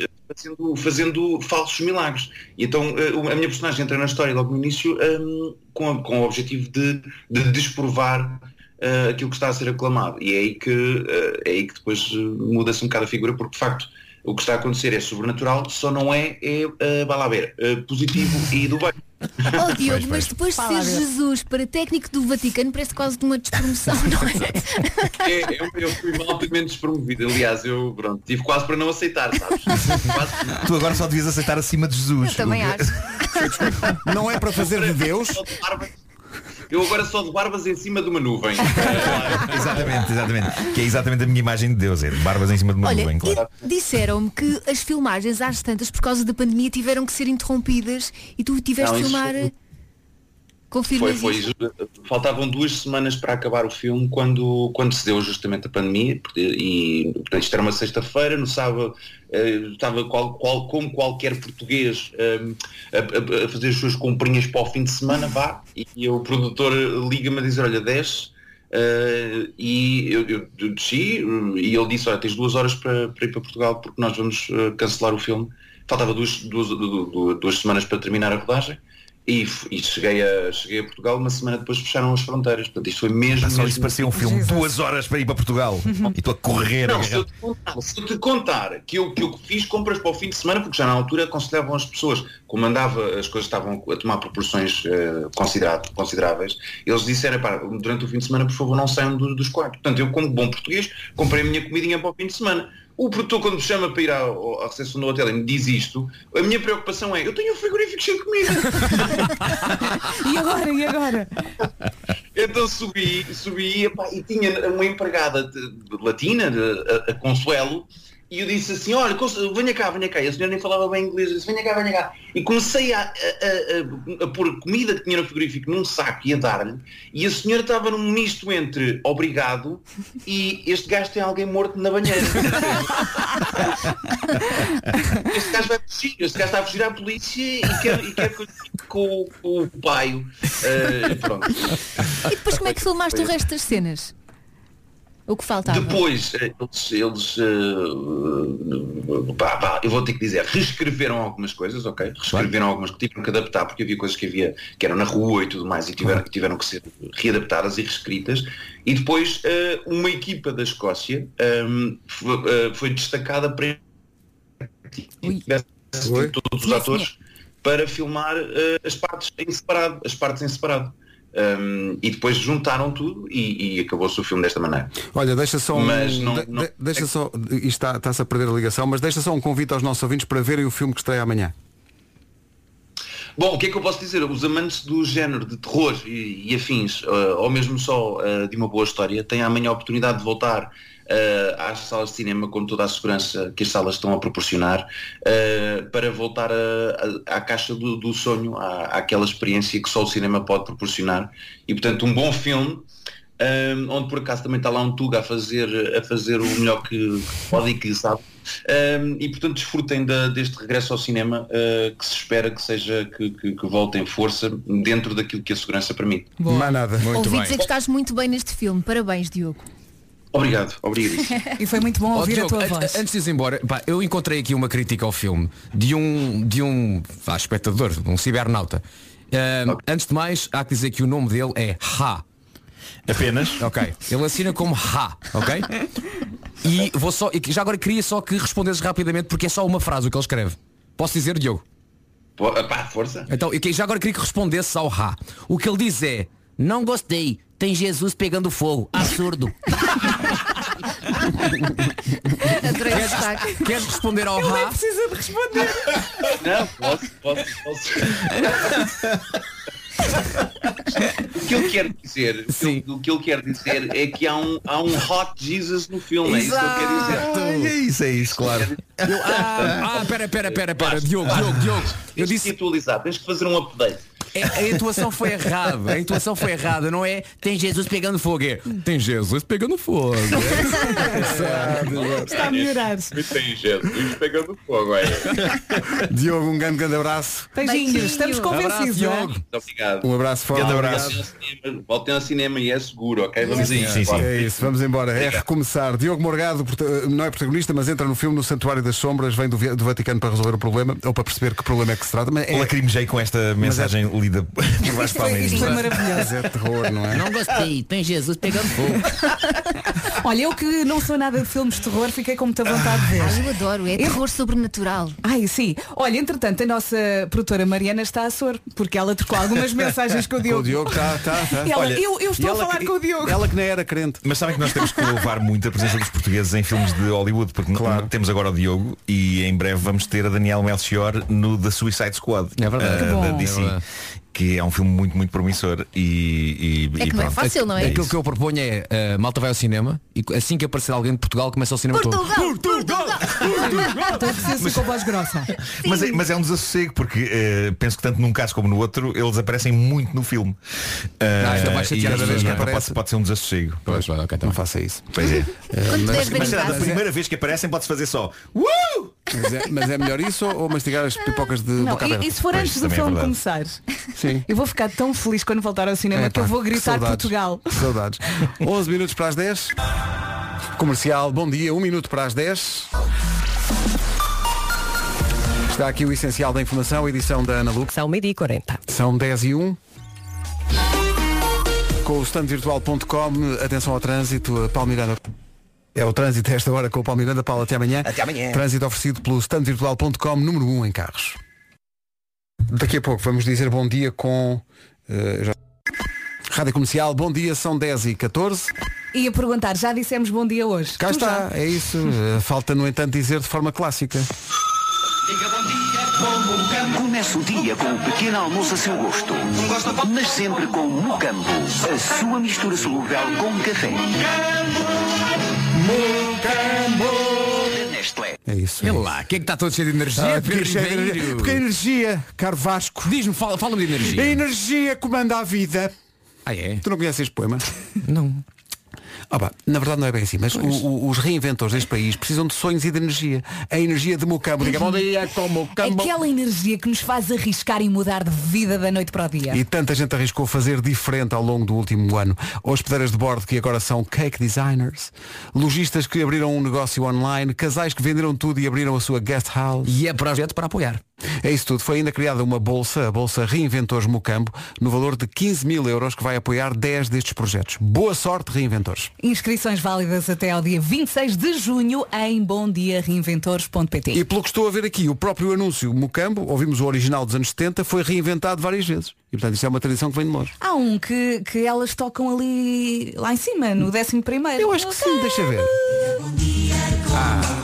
V: eh, fazendo, fazendo falsos milagres. E então eh, o- a minha personagem entra na história logo no início eh, com, a- com o objetivo de, de desprovar eh, aquilo que está a ser aclamado. E é aí que, eh, é aí que depois eh, muda-se um bocado a figura, porque de facto o que está a acontecer é sobrenatural, só não é, é eh, vá lá ver, eh, positivo e do bem.
D: Oh Diogo, mas depois de ser Jesus para técnico do Vaticano parece quase de uma despromoção, não é?
V: É, eu, eu fui altamente despromovido. Aliás, eu pronto, tive quase para não aceitar, sabes?
I: Tu agora só devias aceitar acima de Jesus. O que-
A: Não é para fazer de Deus.
V: Eu agora sou de barbas em cima de uma nuvem.
I: Exatamente, exatamente. Que é exatamente a minha imagem de Deus, é de barbas em cima de uma
D: Olha,
I: nuvem, claro.
D: e disseram-me que as filmagens às tantas por causa da pandemia tiveram que ser interrompidas e tu tiveste
V: Não,
D: de
V: isso-
D: filmar.
V: Foi,
D: Confirmas
V: foi
D: isso?
V: isso. Faltavam duas semanas para acabar o filme quando, quando se deu justamente a pandemia. porque- E portanto, isto era uma sexta-feira, no sábado eh, estava qual, qual- como qualquer português eh, a, a- a fazer as suas comprinhas para o fim de semana, vá, e, o produtor liga-me a dizer, olha, desce. eh, e eu, eu- eu desci eh, e ele disse, olha, tens duas horas para, para ir para Portugal porque nós vamos eh, cancelar o filme. Faltava duas, duas, du- du- duas semanas para terminar a rodagem. E, f- e cheguei, a, cheguei a Portugal, uma semana depois fecharam as fronteiras. Portanto, isto foi mesmo.
I: Pá, só isso
V: mesmo-
I: parecia um filme. Duas horas para ir para Portugal. E tu a correr.
V: Não,
I: agarrado.
V: se eu te contar, se eu te contar que eu, que eu fiz compras para o fim de semana, porque já na altura aconselhavam as pessoas, como andava, as coisas estavam a tomar proporções eh, considerado- consideráveis, eles disseram, "Epá, durante o fim de semana, por favor, não saiam do- dos quartos. Portanto, eu, como bom português, comprei a minha comidinha para o fim de semana. O produtor, quando me chama para ir à, à recepção do hotel e me diz isto, a minha preocupação é, eu tenho um frigorífico cheio de comida.
C: E agora, e agora?
V: Então subi, subi epá, e tinha uma empregada de- de latina, de- a, a Consuelo, e eu disse assim, olha, Consuelo, venha cá, venha cá. E a senhora nem falava bem inglês, eu disse, venha cá, venha cá. E comecei a, a- a- a- a pôr comida que tinha no frigorífico num saco e a dar-lhe, e a senhora estava num misto entre obrigado e este gajo tem alguém morto na banheira. este gajo vai fugir, este gajo está a fugir à polícia e quer, e quer que eu fique com, com o paio. Eh, pronto.
D: E depois como é que filmaste o resto das cenas? O que faltava?
V: Depois, eh, eles, eles eh, pá, pá, eu vou ter que dizer, reescreveram algumas coisas, ok? Reescreveram algumas que tiveram que adaptar, porque havia coisas que havia que eram na rua e tudo mais, e tiveram, tiveram que ser readaptadas e reescritas. E depois, eh, uma equipa da Escócia ehm, foi, eh, foi destacada para tivesse todos os atores para filmar eh, as partes em separado, as partes em separado. Ehm, e depois juntaram tudo e, e acabou-se o filme desta maneira.
A: Olha, deixa só um,
V: Mas não-
A: de-
V: não-
A: de- deixa só, isto está- está-se a perder a ligação, mas deixa só um convite aos nossos ouvintes para verem o filme que estreia amanhã.
V: Bom, o que é que eu posso dizer? Os amantes do género de terror e, e afins, eh, ou mesmo só eh, de uma boa história, têm amanhã a oportunidade de voltar eh, às salas de cinema com toda a segurança que as salas estão a proporcionar, eh, para voltar a- a- à caixa do, do sonho, à, àquela experiência que só o cinema pode proporcionar. E, portanto, um bom filme, um, onde por acaso também está lá um Tuga a fazer, a fazer o melhor que que pode e que sabe. Um, e portanto desfrutem da- deste regresso ao cinema uh, que se espera que seja que, que, que volte em força dentro daquilo que a segurança permite.
A: Mais nada.
D: Ouvi dizer que estás muito bem neste filme. Parabéns, Diogo.
V: Obrigado, obrigado.
C: E foi muito bom
K: Ó,
C: ouvir a
K: Diogo,
C: tua
K: an-
C: voz.
K: Antes de ir embora, pá, eu encontrei aqui uma crítica ao é filme de um, de um vá, espectador, um cibernauta. Ahm, Antes de mais, há que dizer que o nome dele é Ha. Apenas? Ok. Ele assina como Ha, ok? E vou só. e Já agora queria só que respondesses rapidamente porque é só uma frase o que ele escreve. Posso dizer, Diogo?
V: Pô, ah, Pá, força.
K: Então, e que- já agora queria que respondesse ao Ra. O que ele diz é, não gostei, tem Jesus pegando fogo, absurdo.
D: Adorei
K: Queres- Queres responder ao Ra?
C: precisa de responder.
V: Não, posso, posso, posso. o que ele quer dizer, o que ele- o que ele quer dizer é que há um, há um hot Jesus no filme, é isso que ele quer dizer.
I: É isso, é isso, claro.
K: Eu, ah, ah, pera, pera, pera, pera, Diogo, Diogo, Diogo. Eu disse
V: atualizar, tens que fazer um update.
K: É, a intuação foi errada. A intuação foi errada. Não é tem Jesus pegando fogo. É, tem Jesus pegando fogo.
C: Está a melhorar.
V: Tem Jesus pegando fogo aí.
A: Diogo, um grande, grande abraço.
C: Beijinhos, estamos convencidos. não é?
V: Muito obrigado.
A: Um abraço forte.
V: Voltem ao cinema- Voltem ao cinema e é seguro, ok? Vamos a isso. Bora.
A: É isso, vamos embora. É recomeçar. Diogo Morgado porta- não é protagonista, mas entra no filme no Santuário das Sombras, vem do, Vi- do Vaticano para resolver o problema, ou para perceber que problema é que se trata. Mas é,
I: Lacrimejei com esta mensagem lida por Vasco Palmeiras.
A: Mas é terror, não é?
K: Não gostei, tem Jesus pegando fogo.
C: Olha, eu que não sou nada de filmes de terror, fiquei com muita vontade de ver.
D: Ai, eu adoro, é terror sobrenatural.
C: Ai, sim. Olha, entretanto, a nossa produtora Mariana está a sor, porque ela trocou algumas mensagens com o Diogo.
A: O Diogo tá, está, está, está.
C: E ela, eu, eu estou a falar com o Diogo.
A: Ela que nem era crente.
I: Mas sabem que nós temos que louvar muito a presença dos portugueses em filmes de Hollywood, porque não- temos agora o Diogo e em breve vamos ter a Daniel Melchior no The Suicide Squad eh,
K: é
A: verdade. Que
I: da
A: bom.
I: DC,
A: É verdade.
I: que é um filme muito, muito promissor e, e-
D: É
I: e
D: que não é
I: pronto.
D: fácil, não é?
I: isso.
D: Aquilo
K: O que eu proponho é, eh, malta vai ao cinema e assim que aparecer alguém de Portugal começa o cinema todo.
D: Portugal!
C: Estou a dizer assim com voz grossa.
I: Mas é, mas é um desassossego porque eh, penso que tanto num caso como no outro eles aparecem muito no filme. Eh,
K: Ah, então vai
I: e
K: chatear
I: às
K: a
I: vezes
K: gente,
I: pode-
K: aparece.
I: pode ser um desassossego.
K: Pois, vai, ok, então.
A: Não faça isso.
I: Pois é.
D: Quando
I: mas
D: puderes ver
I: mas
D: em
I: será da
D: casa.
I: primeira vez que aparecem pode-se fazer só. Uh!
A: Mas é, mas é melhor isso ou ou mastigar as pipocas de
C: Não,
A: boca aberta?
C: e, e se for antes do
I: também é
C: filme
I: verdade.
C: começar?
A: Sim.
C: Eu vou ficar tão feliz quando voltar ao cinema
A: É,
C: que eu
A: pá,
C: vou
A: que
C: gritar
A: saudades.
C: Portugal.
A: Que Saudades. 11 minutos para as 10. Comercial, bom dia, 1 minuto para as 10. Está aqui o essencial da informação, edição da Ana Lux.
Q: São meio-dia e 40.
A: São 10 e 1. Com o standvirtual.com, atenção ao trânsito, Paulo Miranda. É o trânsito a esta hora com o Paulo Miranda. Paulo, até amanhã.
B: Até amanhã.
A: Trânsito oferecido pelo standvirtual.com, número 1 em carros. Daqui a pouco vamos dizer bom dia com... eh, já- Rádio Comercial, bom dia, são 10 e 14.
C: E a perguntar, já dissemos bom dia hoje?
A: Cá
K: Então
C: Tu
A: está,
C: já?
A: é isso. Eh, Falta, no entanto, dizer de forma clássica.
F: Comece o dia com o pequeno almoço a seu gosto. Mas sempre com Mucambo, a sua mistura solúvel com café. Mucambo! Nestlé.
A: É isso.
K: É lá, que é que está todo cheio de energia?
A: Ah, porque,
K: Pedro
A: chega-
K: Ribeiro?
A: porque a energia, caro Vasco.
K: Diz-me, fala- fala-me de
A: A
K: energia.
A: energia comanda a vida.
K: Ah, é?
A: Tu não conheces este poema?
K: Não.
A: Ah, pá, na verdade não é bem assim, mas o- o- os reinventores deste país precisam de sonhos e de energia. A energia de Mocambo. Diga, bom dia com
K: É
A: Mocambo.
C: Aquela energia que nos faz arriscar e mudar de vida da noite para o dia.
A: E tanta gente arriscou fazer diferente ao longo do último ano. Hospedeiras de bordo que agora são cake designers, lojistas que abriram um negócio online, casais que venderam tudo e abriram a sua guest house.
K: E é projeto para apoiar.
A: É isso tudo. Foi ainda criada uma bolsa, a Bolsa Reinventores Mocambo, no valor de 15 mil euros, que vai apoiar 10 destes projetos. Boa sorte, Reinventores.
C: Inscrições válidas até ao dia 26 de junho em bomdiareinventores.pt.
A: E pelo que estou a ver aqui, o próprio anúncio Mocambo, ouvimos o original dos anos 70, foi reinventado várias vezes. E portanto isso é uma tradição que vem de longe.
C: Há um que, que elas tocam ali lá em cima, no 11 primeiro.
A: Eu acho que sim, deixa ver. Ah.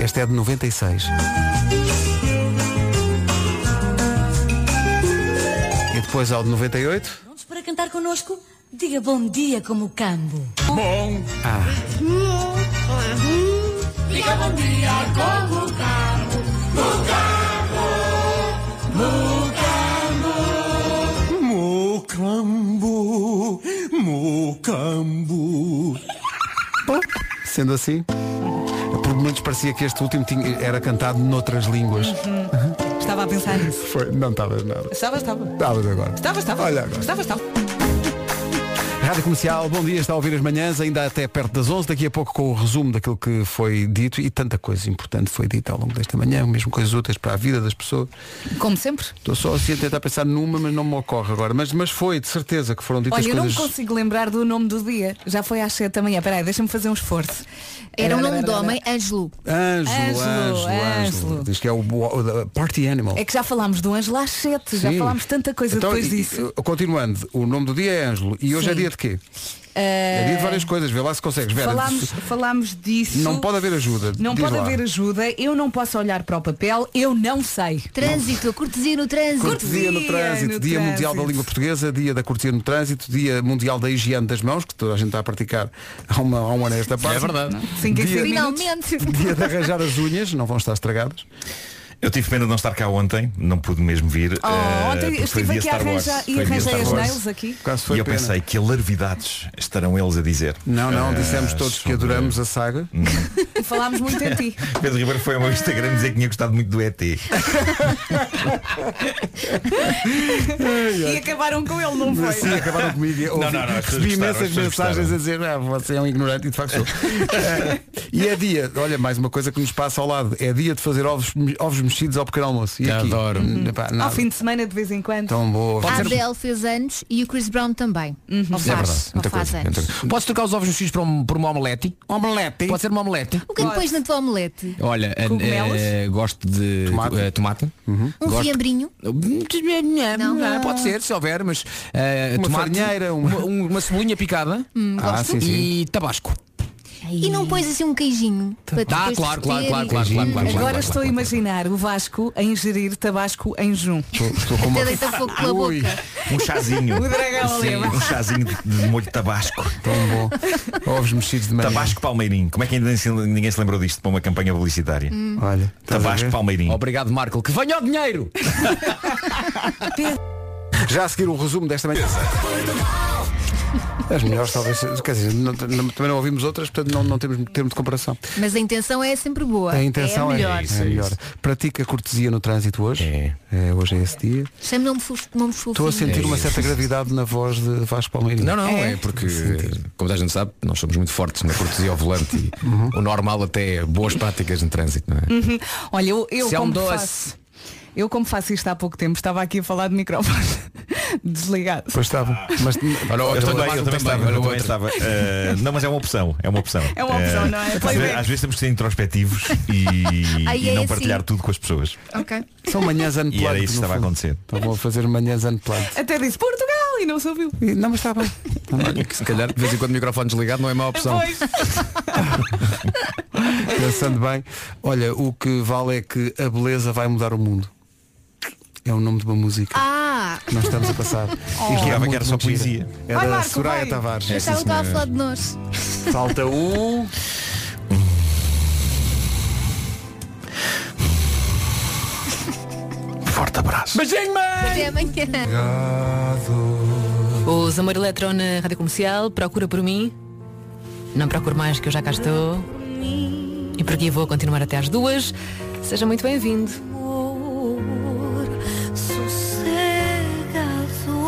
A: Esta é de 96. E depois ao de 98.
U: Prontos para cantar connosco? Diga bom dia como o cambo.
A: Bom. Ah.
U: Diga bom dia como o cambo. O
A: Mocambo, Mocambo. Bom, sendo assim, por momentos parecia que este último tinha- era cantado noutras línguas.
C: Estava a pensar nisso.
A: Uhum. Foi, não estavas nada.
C: Estava, estava.
A: Estavas agora.
C: Estava, estava.
A: Olha agora.
C: Estava, estava.
A: Rádio Comercial, bom dia, está a ouvir as manhãs, ainda até perto das 11, daqui a pouco com o resumo daquilo que foi dito e tanta coisa importante foi dita ao longo desta manhã, mesmo coisas úteis para a vida das pessoas.
C: Como sempre.
A: Estou só assim a tentar pensar numa, mas não me ocorre agora. Mas, mas foi, de certeza, que foram ditas
C: Olha, eu não me
A: coisas...
C: consigo lembrar do nome do dia. Já foi às 7 da manhã. Peraí, deixa-me fazer um esforço.
D: Era
A: um
D: o nome do homem, Ângelo.
A: Ângelo,
C: Ângelo,
A: Ângelo, Ângelo.
C: Ângelo.
A: Diz que é o, o- o Party Animal.
C: É que já falámos do Ângelo às 7, já
A: Sim.
C: falámos tanta coisa
A: Então,
C: depois
A: e-
C: disso.
A: e- Continuando, o nome do dia é Ângelo. E hoje
C: Sim. Eh,
A: é dia de quê? É dia de várias coisas, vê lá se consegues. Vera,
C: Ah, Falámos, falámos disso.
A: não pode haver ajuda.
C: Não
A: Diz
C: pode
A: lá.
C: haver ajuda, eu não posso olhar para o papel, eu não sei.
D: Trânsito, a cortesia no trânsito.
A: Cortesia no trânsito, Dia Mundial da Língua Portuguesa, Dia da Cortesia no Trânsito, Dia Mundial da Higiene das Mãos, que toda a gente está a praticar há, uma, há um ano a esta parte.
K: É verdade.
A: Dia,
D: Finalmente.
A: dia de arranjar as unhas, não vão estar estragadas.
I: Eu tive pena de não estar cá ontem, não pude mesmo vir.
C: Oh,
I: eh,
C: ontem
I: porque foi
C: estive aqui
I: dia
C: a
I: Star Wars,
C: arranjar- e
I: foi dia
C: arranjei
I: Star
C: as
I: Wars.
C: nails aqui.
A: Quase foi
I: e eu
A: pena.
I: pensei que larvidades estarão eles a dizer.
A: Não, não,
I: Eh,
A: dissemos todos que adoramos a saga.
I: Hum.
C: E falámos muito em ti.
I: Pedro Ribeiro foi ao meu Instagram dizer que tinha gostado muito do ET.
C: e acabaram com ele, não foi?
A: Sim, acabaram comigo. Eu
I: Não,
A: ouvi-
I: não, não, as pessoas
A: recebi
I: gostaram,
A: imensas
I: as pessoas
A: mensagens
I: gostaram.
A: a dizer, ah, você é um ignorante e de facto sou. Eh, e é dia, olha, mais uma coisa que nos passa ao lado, é dia de fazer ovos, ovos mexidos ao pequeno almoço. E aqui,
K: Adoro.
A: Hum, epá,
C: Ao
A: nada.
C: fim de semana, de vez em quando.
A: Tão boa.
D: a Adele fez anos e o Chris Brown também. Não
K: É
D: faz,
K: verdade,
D: não
K: muita
D: faz
K: coisa,
D: anos.
K: muita coisa. Posso trocar os ovos mexidos por, um, por uma omelete?
A: Omelete?
K: Pode ser uma omelete?
D: O que é que pões na tua omelete?
K: Olha, eh,
D: Cogumelos?
K: eh, gosto de tomate. tomate.
D: Um
K: Gosto-
D: fiambrinho?
K: Não, não, pode ser, se houver, mas eh,
A: Uma
K: tomate,
A: farinheira, uma-
K: uma... um- uma cebolinha picada
D: Hum, Ah, gosto. sim, sim.
K: e tabasco.
D: E não pões assim um queijinho? para
K: Ah,
D: depois
K: claro, claro,
D: derreter
K: claro,
D: e-
K: claro, claro, claro, claro,
C: Agora
K: claro,
C: estou a imaginar o Vasco a ingerir tabasco em junho.
I: Estou
D: com uma- Até deita fogo pela Ui. boca.
I: Um chazinho.
C: O dragão ali.
I: Sim, Um chazinho de, de molho de tabasco.
A: Tão bom. Ovos mexidos de manhã.
I: Tabasco Palmeirinho. Como é que ainda ninguém se- ninguém se lembrou disto para uma campanha publicitária?
A: Hum. Olha,
I: Tabasco Palmeirinho.
K: Obrigado, Marco. Que venha o dinheiro!
A: Já a seguir o resumo desta manhã. As melhores talvez, quer dizer, não- não- também não ouvimos outras, portanto não, não temos termo de comparação.
D: Mas a intenção é sempre boa.
A: A intenção
D: é
A: é,
D: a melhor.
A: é melhor. Pratica cortesia no trânsito hoje. É, hoje é esse dia.
D: Chama-me fofo. nome fofinho.
A: Estou a sentir uma certa gravidade na voz de Vasco Palmeirinho.
K: Não, não, é, porque, como toda a gente sabe, nós somos muito fortes na cortesia ao volante e o normal até é boas práticas no trânsito, não é?
C: Uhum. Olha, eu, eu
K: Se é um
C: como
K: doce.
C: faço. Eu como faço isto há pouco tempo, estava aqui a falar de microfone desligado.
A: Pois estava. Mas
I: Olha,
K: outro
I: eu também,
K: Marco
I: eu também
K: também,
I: estava.
K: olha
I: eu também
K: outro.
I: estava. Eh, não, mas é uma opção. É uma opção.
C: É uma opção,
I: Eh,
C: não é?
I: às
C: Pois
I: vezes-
C: é.
I: Às vezes temos que ser introspectivos e,
C: Ai,
I: e
C: é
I: não
C: assim.
I: partilhar tudo com as pessoas.
C: Ok.
A: São manhãs ano
I: E era isso que estava a acontecer.
A: Estavam a fazer manhãs ano
C: Até disse Portugal e não se ouviu.
A: Não, é mas está bem.
K: Olha, que se calhar de vez em quando o microfone desligado não é má opção.
C: Pois.
A: Pensando bem, olha, o que vale é que a beleza vai mudar o mundo. É o nome de uma música
D: Ah!
A: que nós estamos a passar.
D: Oh.
A: é
I: Jurava que
A: muito,
I: era só
A: muito gira.
I: poesia.
A: É
D: Vai,
A: da
D: Marco,
A: Soraya
D: vai.
A: Tavares.
D: Eu estava a falar de nós.
A: Falta um.
I: Forte abraço.
D: Beijinho, mãe! Até amanhã.
G: O Zamor Eletron na Rádio Comercial, procura por mim. Não procuro mais que eu já cá estou. E por aqui vou continuar até às duas. Seja muito bem-vindo.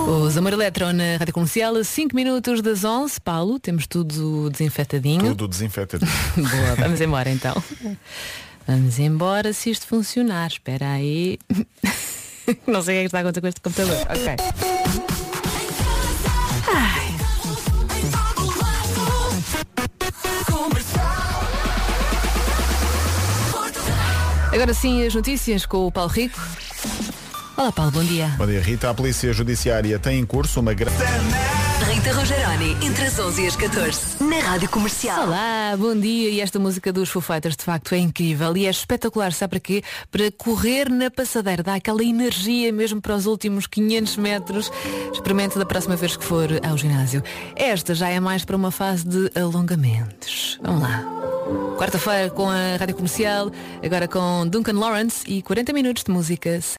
G: O Zamor Eletron na Rádio Comercial, a 5 minutos das 11. Paulo, temos tudo desinfetadinho.
L: Tudo desinfetado.
G: Boa, vamos embora então. Vamos embora se isto funcionar. Espera aí. Não sei o que é que está a acontecer com este computador. Ok. Ai. Agora sim as notícias com o Paulo Rico. Olá Paulo, bom dia.
L: Bom dia, Rita. A Polícia Judiciária tem em curso uma grande.
G: Rita Rogeroni, entre as 11 e as 14, na Rádio Comercial. Olá, bom dia. E esta música dos Foo Fighters de facto é incrível e é espetacular, sabe para quê? Para correr na passadeira, dá aquela energia mesmo para os últimos 500 metros. Experimente da próxima vez que for ao ginásio. Esta já é mais para uma fase de alongamentos. Vamos lá. Quarta-feira com a Rádio Comercial, agora com Duncan Lawrence e 40 minutos de música.